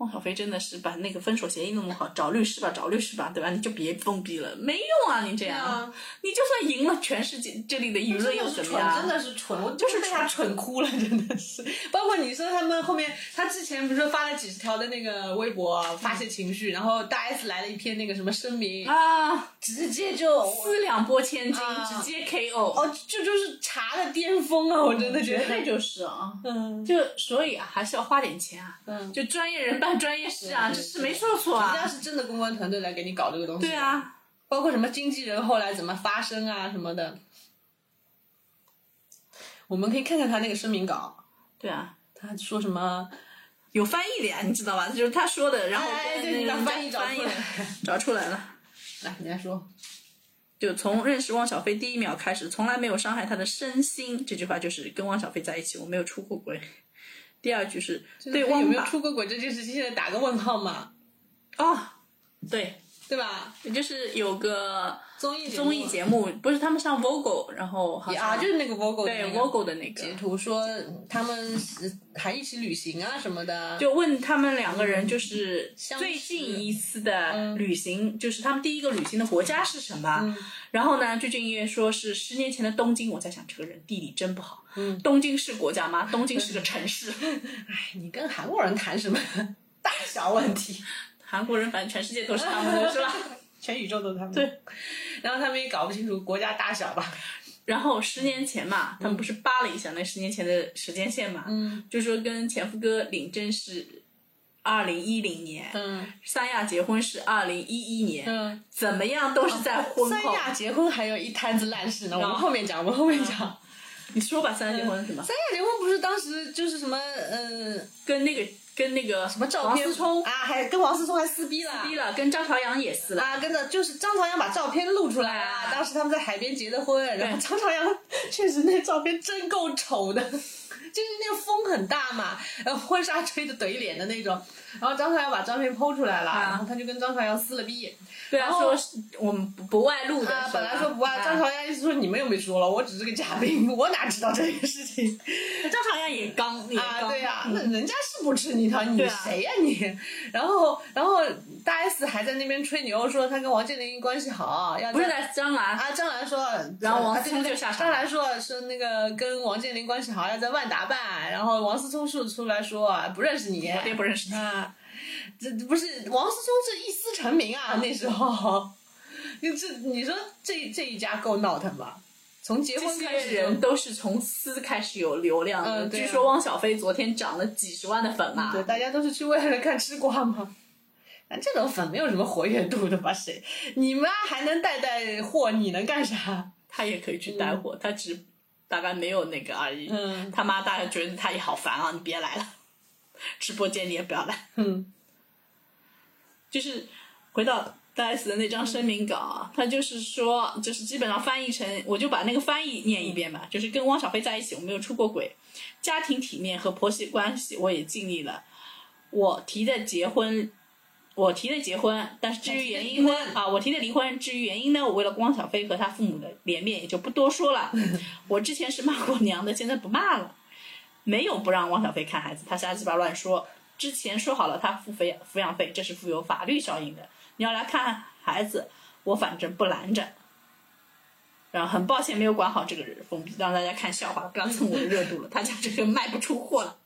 [SPEAKER 1] 汪小菲真的是把那个分手协议弄好，找律师吧，找律师吧，对吧？你就别蹦逼了，没用啊！你这样，
[SPEAKER 2] 啊
[SPEAKER 1] 你就算赢了，全世界这里的舆论
[SPEAKER 2] 真
[SPEAKER 1] 又
[SPEAKER 2] 的是
[SPEAKER 1] 怎
[SPEAKER 2] 蠢，
[SPEAKER 1] 么样？
[SPEAKER 2] 真的是蠢，我就是被他蠢哭了，真的是。包括你说他们后面，他之前不是发了几十条的那个微博发泄情绪，然后大 S 来了一篇那个什么声明，
[SPEAKER 1] 啊，
[SPEAKER 2] 直接就
[SPEAKER 1] 四两拨千斤，
[SPEAKER 2] 啊
[SPEAKER 1] 直接 KO。
[SPEAKER 2] 哦，这就是茶的巅峰啊！我真的觉
[SPEAKER 1] 绝对
[SPEAKER 2] 得，
[SPEAKER 1] 就是啊，
[SPEAKER 2] 嗯，
[SPEAKER 1] 就所以啊，还是要花点钱啊，
[SPEAKER 2] 嗯
[SPEAKER 1] 就专业人办专业事啊，
[SPEAKER 2] 对
[SPEAKER 1] 这
[SPEAKER 2] 对
[SPEAKER 1] 是没做错啊
[SPEAKER 2] 人家，是真的公关团队来给你搞这个东西，
[SPEAKER 1] 对，啊，
[SPEAKER 2] 包括什么经纪人后来怎么发声啊什么的，我们可以看看他那个声明稿，
[SPEAKER 1] 对啊，
[SPEAKER 2] 他说什么？
[SPEAKER 1] 有翻译的呀，你知道吧？就是他说的，然后
[SPEAKER 2] 哎哎对
[SPEAKER 1] 跟
[SPEAKER 2] 你
[SPEAKER 1] 人
[SPEAKER 2] 把
[SPEAKER 1] 家
[SPEAKER 2] 翻译找
[SPEAKER 1] 翻译
[SPEAKER 2] 出来
[SPEAKER 1] 了找出来了。
[SPEAKER 2] [laughs] 来，你来说。
[SPEAKER 1] 就从认识汪小菲第一秒开始，从来没有伤害他的身心。这句话就是跟汪小菲在一起，我没有出过轨。第二句是对
[SPEAKER 2] 有
[SPEAKER 1] 汪
[SPEAKER 2] 没有
[SPEAKER 1] 爸
[SPEAKER 2] 出过轨这件事情，现在打个问号嘛，
[SPEAKER 1] 哦，对，
[SPEAKER 2] 对吧？
[SPEAKER 1] 也就是有个
[SPEAKER 2] 综艺
[SPEAKER 1] 综艺节目，不是他们上 Vogue，然后好
[SPEAKER 2] 目
[SPEAKER 1] 像
[SPEAKER 2] 啊，就是那个 Vogue 的
[SPEAKER 1] 对
[SPEAKER 2] 那个
[SPEAKER 1] Vogue 的那
[SPEAKER 2] 截
[SPEAKER 1] 个，
[SPEAKER 2] 图说他们是还一起旅行啊什么的，
[SPEAKER 1] 就问他们两个人就是
[SPEAKER 2] 嗯相
[SPEAKER 1] 最
[SPEAKER 2] 识嗯
[SPEAKER 1] 近一次的旅行，就是他们第一个旅行的国家是什么？然后呢，最近也说是十年前的东京，我在想这个人地理真不好。嗯，东京是国家吗？东京是个城市。
[SPEAKER 2] 哎你跟韩国人谈什么 [laughs] 大小问题？
[SPEAKER 1] 韩国人，反正全世界都是他们
[SPEAKER 2] [laughs]
[SPEAKER 1] 的，是吧？
[SPEAKER 2] 全宇宙都是他们。
[SPEAKER 1] 对，
[SPEAKER 2] 然后他们也搞不清楚国家大小吧？
[SPEAKER 1] 然后十年前嘛，他们不是扒了一下那十年前的时间线嘛，
[SPEAKER 2] 嗯
[SPEAKER 1] 就说跟前夫哥领证是二零一零年，
[SPEAKER 2] 嗯
[SPEAKER 1] 三亚结婚是二零一一年，
[SPEAKER 2] 嗯。哦
[SPEAKER 1] 怎么样都是在婚
[SPEAKER 2] 三
[SPEAKER 1] 后。
[SPEAKER 2] 亚结婚还有一摊子烂事呢，我
[SPEAKER 1] 啊
[SPEAKER 2] 们后面讲，我们后面讲。
[SPEAKER 1] 你说吧，三亚结婚是什么？
[SPEAKER 2] 嗯三亚结婚不是当时就是什么呃什
[SPEAKER 1] 跟那个跟那个什
[SPEAKER 2] 么照片
[SPEAKER 1] 王思聪
[SPEAKER 2] 啊，还跟王思聪还撕逼了，
[SPEAKER 1] 撕逼了，跟张朝阳也撕了。
[SPEAKER 2] 啊，跟着就是张朝阳把照片露出来
[SPEAKER 1] 啊
[SPEAKER 2] 啊，当时他们在海边结的婚，然后张朝阳 [laughs] 确实那照片真够丑的， [laughs] 就是那个风很大嘛，然后婚纱吹的怼脸的那种，然后张朝阳把照片剖出来了，然后他就跟张朝阳撕了逼，
[SPEAKER 1] 对啊，
[SPEAKER 2] 然后
[SPEAKER 1] 说是我们不不外露的。
[SPEAKER 2] 哦啊
[SPEAKER 1] 是，吧啊
[SPEAKER 2] 本来说不爱，张朝阳意思说你们又没说了，我只是个嘉宾，我哪知道这个事情
[SPEAKER 1] 张朝阳也刚也
[SPEAKER 2] 啊？
[SPEAKER 1] 刚，
[SPEAKER 2] 对呀、那人家是不吃你一套，
[SPEAKER 1] 嗯
[SPEAKER 2] 你
[SPEAKER 1] 对啊
[SPEAKER 2] 谁呀、你？然后然后大 S 还在那边吹牛说他跟王健林关系好，要
[SPEAKER 1] 不是
[SPEAKER 2] 在
[SPEAKER 1] 在张兰，
[SPEAKER 2] 啊，张兰说，
[SPEAKER 1] 然后王
[SPEAKER 2] 啊
[SPEAKER 1] 思聪
[SPEAKER 2] 对对
[SPEAKER 1] 就下场
[SPEAKER 2] 张兰说是那个跟王健林关系好，要在万达办，然后王思聪说出来说啊不认识你，
[SPEAKER 1] 我也不认识他。
[SPEAKER 2] 啊，这这不是王思聪是一私成名啊，那时候， [laughs] 你这你说这这一家够闹腾吧？从结
[SPEAKER 1] 这
[SPEAKER 2] 婚开
[SPEAKER 1] 些
[SPEAKER 2] 始就
[SPEAKER 1] 人都是从私开始有流量的。
[SPEAKER 2] 嗯对啊
[SPEAKER 1] 据说汪小菲昨天涨了几十万的粉嘛。
[SPEAKER 2] 对，大家都是去为了看吃瓜嘛。但这种粉没有什么活跃度的吧？谁你妈还能带带货？你能干啥？
[SPEAKER 1] 他也可以去带货，他只大概没有那个而已。
[SPEAKER 2] 嗯
[SPEAKER 1] 他妈大概觉得他也好烦啊，你别来了，直播间你也不要来。
[SPEAKER 2] 嗯，
[SPEAKER 1] 就是回到大 S 的那张声明稿啊，他就是说，就是基本上翻译成，我就把那个翻译念一遍吧，就是跟汪小菲在一起，我没有出过轨，家庭体面和婆媳关系我也尽力了，我提的结婚。我提的结婚，但是至于原因
[SPEAKER 2] 离婚
[SPEAKER 1] 啊，我提的离婚，至于原因呢，我为了汪小菲和他父母的脸面，也就不多说
[SPEAKER 2] [laughs]
[SPEAKER 1] 了。我之前是骂过娘的，现在不骂了。没有不让汪小菲看孩子，他瞎鸡巴乱说。之前说好了，他付抚养抚养费，这是负有法律效应的。你要来看孩子，我反正不拦着。然后很抱歉没有管好这个人封闭，让大家看笑话，不要蹭我的热度了。他家这个卖不出货了。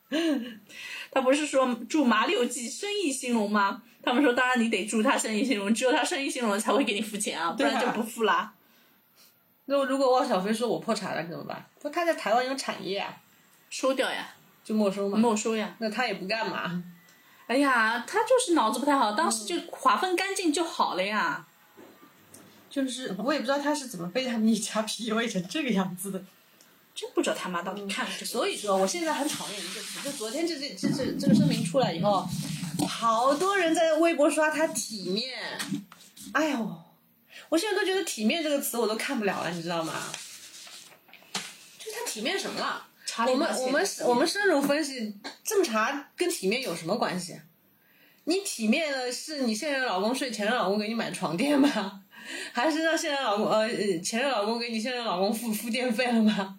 [SPEAKER 1] 他不是说祝麻六记生意兴隆吗？他们说，当然你得祝他生意兴隆，只有他生意兴隆了才会给你付钱啊，不然
[SPEAKER 2] 对
[SPEAKER 1] 就
[SPEAKER 2] 啊
[SPEAKER 1] 不付啦。
[SPEAKER 2] 那如果汪小菲说我破产了怎么办？不，他在台湾有产业啊。
[SPEAKER 1] 收掉呀，
[SPEAKER 2] 就没收嘛。
[SPEAKER 1] 没收呀。
[SPEAKER 2] 那他也不干嘛，
[SPEAKER 1] 哎呀，他就是脑子不太好，当时就划分干净就好了呀。
[SPEAKER 2] 就是我也不知道他是怎么被他们一家 [laughs] PUA 成这个样子的。
[SPEAKER 1] 真不知道他妈到底看了这个。
[SPEAKER 2] 所以说，我现在很讨厌一个词，就昨天这这这这这个声明出来以后，好多人在微博刷他体面，哎呦，我现在都觉得体面这个词我都看不了了，你知道吗？就是他体面什么了？
[SPEAKER 1] 查理
[SPEAKER 2] 我们
[SPEAKER 1] 马歇尔
[SPEAKER 2] 我们我们深入分析，这么查跟体面有什么关系？你体面的是你现任老公睡前任老公给你买床垫吗？还是让现任老公呃呃前任老公给你现任老公付付电费了吗？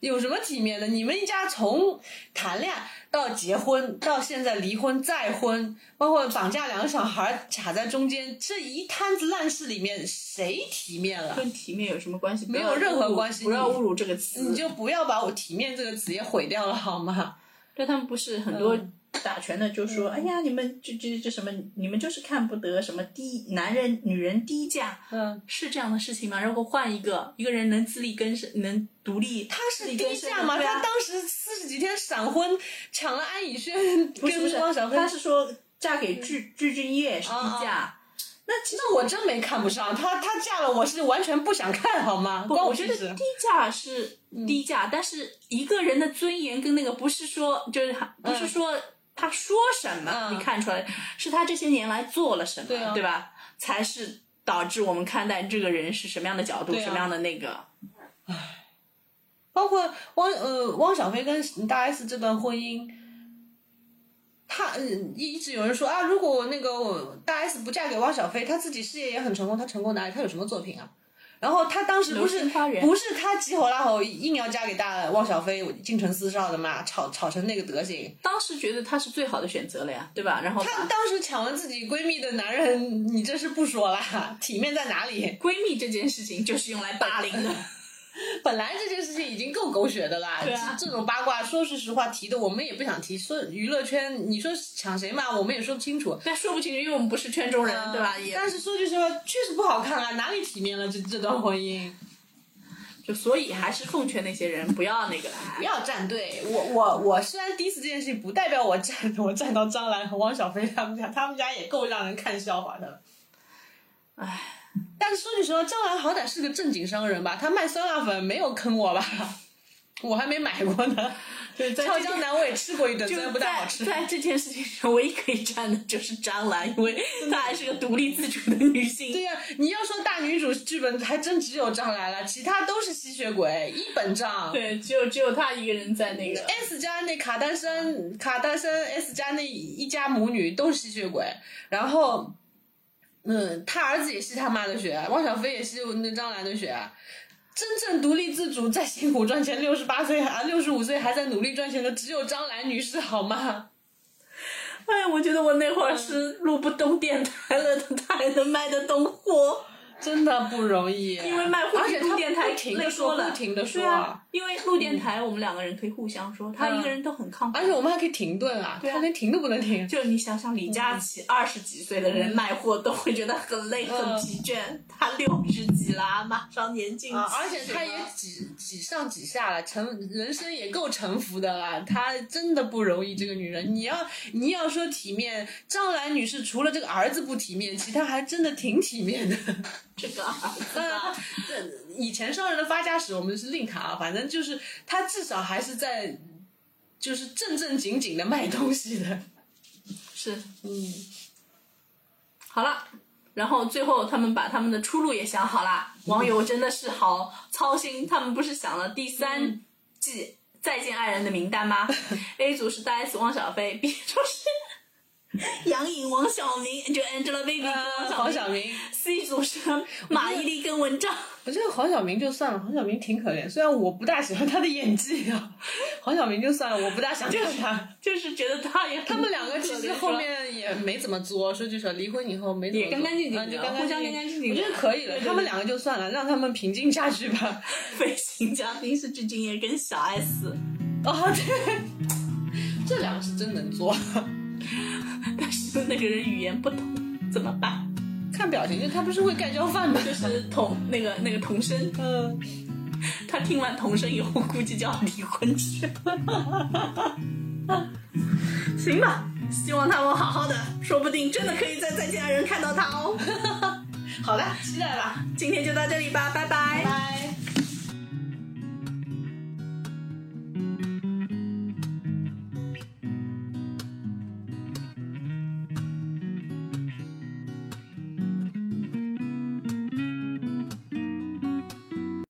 [SPEAKER 2] 有什么体面的？你们一家从谈恋爱到结婚，到现在离婚再婚，包括绑架两个小孩卡在中间，这一摊子烂事里面，谁体面了？
[SPEAKER 1] 跟体面有什么关系？没
[SPEAKER 2] 有任何关系
[SPEAKER 1] 不要侮辱这个词。
[SPEAKER 2] 你就不要把我“体面”这个词也毁掉了好吗？
[SPEAKER 1] 对他们不是很多
[SPEAKER 2] 嗯
[SPEAKER 1] 打拳的就说，哎呀，你们这这这什么，你们就是看不得什么低男人女人低价，
[SPEAKER 2] 嗯，
[SPEAKER 1] 是这样的事情吗？如果换一个一个人能自力更生，能独立，他
[SPEAKER 2] 他是低价嘛？
[SPEAKER 1] 对啊
[SPEAKER 2] 他当时四十几天闪婚，抢了安以轩
[SPEAKER 1] 不是不
[SPEAKER 2] 跟
[SPEAKER 1] 是
[SPEAKER 2] 汪小，菲，嗯
[SPEAKER 1] 他是说嫁给具具俊晔是低价。那其实
[SPEAKER 2] 那我真没看不上他，他嫁了我是完全不想看好吗？关
[SPEAKER 1] 我
[SPEAKER 2] 我
[SPEAKER 1] 觉
[SPEAKER 2] 屁
[SPEAKER 1] 得
[SPEAKER 2] 事
[SPEAKER 1] 低。价是
[SPEAKER 2] 嗯
[SPEAKER 1] 低价，但是一个人的尊严跟那个不是说就是不是说他说什么，
[SPEAKER 2] 嗯
[SPEAKER 1] 你看出来是他这些年来做了什么，对
[SPEAKER 2] 啊
[SPEAKER 1] 吧？才是导致我们看待这个人是什么样的角度，
[SPEAKER 2] 啊
[SPEAKER 1] 什么样的那个。
[SPEAKER 2] 包括汪呃汪小菲跟大 S 这段婚姻，他嗯一一直有人说啊，如果那个我大 S 不嫁给汪小菲，她自己事业也很成功，她成功哪里？她有什么作品啊？然后她当时不
[SPEAKER 1] 流
[SPEAKER 2] 是
[SPEAKER 1] 星花园
[SPEAKER 2] 不是她急吼拉吼硬要嫁给大汪小菲，进城四少的嘛，吵吵成那个德行。
[SPEAKER 1] 当时觉得他是最好的选择了呀，对吧？然后
[SPEAKER 2] 她
[SPEAKER 1] 把
[SPEAKER 2] [laughs] 当时抢了自己闺蜜的男人，你这是不说啦， [laughs] 体面在哪里？
[SPEAKER 1] 闺蜜这件事情就是用来霸凌
[SPEAKER 2] 嗯
[SPEAKER 1] 的，
[SPEAKER 2] 本来这件事情已经够狗血的啦，
[SPEAKER 1] 对啊
[SPEAKER 2] 这这种八卦，说句实话提的我们也不想提。说娱乐圈，你说抢谁嘛，我们也说不清楚。
[SPEAKER 1] 但说不清，因为我们不是圈中人，对吧？也
[SPEAKER 2] 嗯但是说句实话，确实不好看啊，哪里体面了这这段婚姻？
[SPEAKER 1] 就所以还是奉劝那些人不要那个啦
[SPEAKER 2] 不。要站队。我我我虽然 diss 这件事情，不代表我站 [laughs] 我站到张兰和汪小菲他们家，他们家也够让人看笑话的了。
[SPEAKER 1] 唉，
[SPEAKER 2] 但是说句实话，张兰好歹是个正经商人吧，他卖酸辣粉没有坑我吧？ [laughs] 我还没买过呢。
[SPEAKER 1] [laughs] 对，在
[SPEAKER 2] 跳
[SPEAKER 1] 这个
[SPEAKER 2] 江南我也吃过一顿，虽
[SPEAKER 1] 就
[SPEAKER 2] 然不太好吃。
[SPEAKER 1] 在在这件事情上，唯一可以站的就是张兰，因为她还是个独立自主的女性
[SPEAKER 2] 对。呀、你要说大女主剧本还真只有张来了，其他都是吸血鬼，一本账。
[SPEAKER 1] 对，只有只有她一个人在那个。
[SPEAKER 2] S 家那卡丹珊、卡丹珊 S 家那一家母女都是吸血鬼，然后，嗯，他儿子也吸他妈的血，汪小菲也吸那张兰的血。真正独立自主、再辛苦赚钱，六十八岁啊，六十五岁还在努力赚钱的，只有张兰女士，好吗？
[SPEAKER 1] 哎，我觉得我那会儿
[SPEAKER 2] 嗯
[SPEAKER 1] 是录不动电台了，她还能卖得动货，
[SPEAKER 2] 真的不容易，
[SPEAKER 1] 因为卖货
[SPEAKER 2] 而且
[SPEAKER 1] 录电
[SPEAKER 2] 她
[SPEAKER 1] 台
[SPEAKER 2] 不停
[SPEAKER 1] 累
[SPEAKER 2] 的
[SPEAKER 1] 说
[SPEAKER 2] 说，
[SPEAKER 1] 了，
[SPEAKER 2] 不停的说嗯
[SPEAKER 1] 对，啊，因为录电台我们两个人可以互相说，她一个人都很抗
[SPEAKER 2] 而且我们还可以停顿
[SPEAKER 1] 啊
[SPEAKER 2] 啊，他连停都不能停。
[SPEAKER 1] 就你想想，李佳琦二十几岁的人卖货都会觉得很累、很
[SPEAKER 2] 嗯嗯
[SPEAKER 1] 疲倦，她六十几啦，马上年近七
[SPEAKER 2] 啊，而且
[SPEAKER 1] 旬
[SPEAKER 2] 他也
[SPEAKER 1] 了
[SPEAKER 2] 几几上几下了，沉人生也够沉浮的了。她真的不容易，这个女人。你要你要说体面，张兰女士除了这个儿子不体面，其他还真的挺体面的。
[SPEAKER 1] 这个儿子
[SPEAKER 2] 当然
[SPEAKER 1] 啊
[SPEAKER 2] 她，这 [laughs] 以前商人的发家史我们是另谈啊，反正就是她至少还是在就是正正经经的卖东西的。
[SPEAKER 1] 是
[SPEAKER 2] 嗯，
[SPEAKER 1] 好了，然后最后他们把他们的出路也想好了。
[SPEAKER 2] 嗯
[SPEAKER 1] 网友真的是好操心，他们不是想了第
[SPEAKER 2] 嗯
[SPEAKER 1] 三季《再见爱人》的名单
[SPEAKER 2] [laughs]
[SPEAKER 1] 吗？A 组是大 S、汪小菲，B 组是
[SPEAKER 2] [laughs]
[SPEAKER 1] 杨颖、王晓明，就 Angelababy
[SPEAKER 2] 啊
[SPEAKER 1] 跟
[SPEAKER 2] 黄
[SPEAKER 1] 王晓
[SPEAKER 2] 晓
[SPEAKER 1] 明。
[SPEAKER 2] 明，
[SPEAKER 1] C 组是马伊琍跟文章，
[SPEAKER 2] 我觉得黄晓明就算了，黄晓明挺可怜。虽然我不大喜欢他的演技啊，黄晓明就算了，我不大想看他。
[SPEAKER 1] 就是觉得他也
[SPEAKER 2] 他
[SPEAKER 1] 他
[SPEAKER 2] 们两个其实后 [laughs] 面也呃没怎么作，说句实话，离婚以后没怎么
[SPEAKER 1] 也
[SPEAKER 2] 作
[SPEAKER 1] 干干净净的
[SPEAKER 2] 啊就干干
[SPEAKER 1] 互相干干净净
[SPEAKER 2] 我
[SPEAKER 1] 的
[SPEAKER 2] 觉得可以了，
[SPEAKER 1] 对对
[SPEAKER 2] 他们两个就算了，让他们平静下去
[SPEAKER 1] [laughs]
[SPEAKER 2] 吧。
[SPEAKER 1] 飞行嘉宾是具俊晔跟小 S，
[SPEAKER 2] 哦，对，这两个是真能作， [laughs]
[SPEAKER 1] 但是那个人语言不通，怎么办？
[SPEAKER 2] 看表情，就他不是会盖浇饭吗？
[SPEAKER 1] 就是同那个那个童声。
[SPEAKER 2] 嗯，
[SPEAKER 1] 他听完童声以后，估计就要离婚去了。行吧，希望他们好好的，说不定真的可以在再见爱人看到他哦。
[SPEAKER 3] 好的，期待吧。
[SPEAKER 1] 今天就到这里吧，拜拜。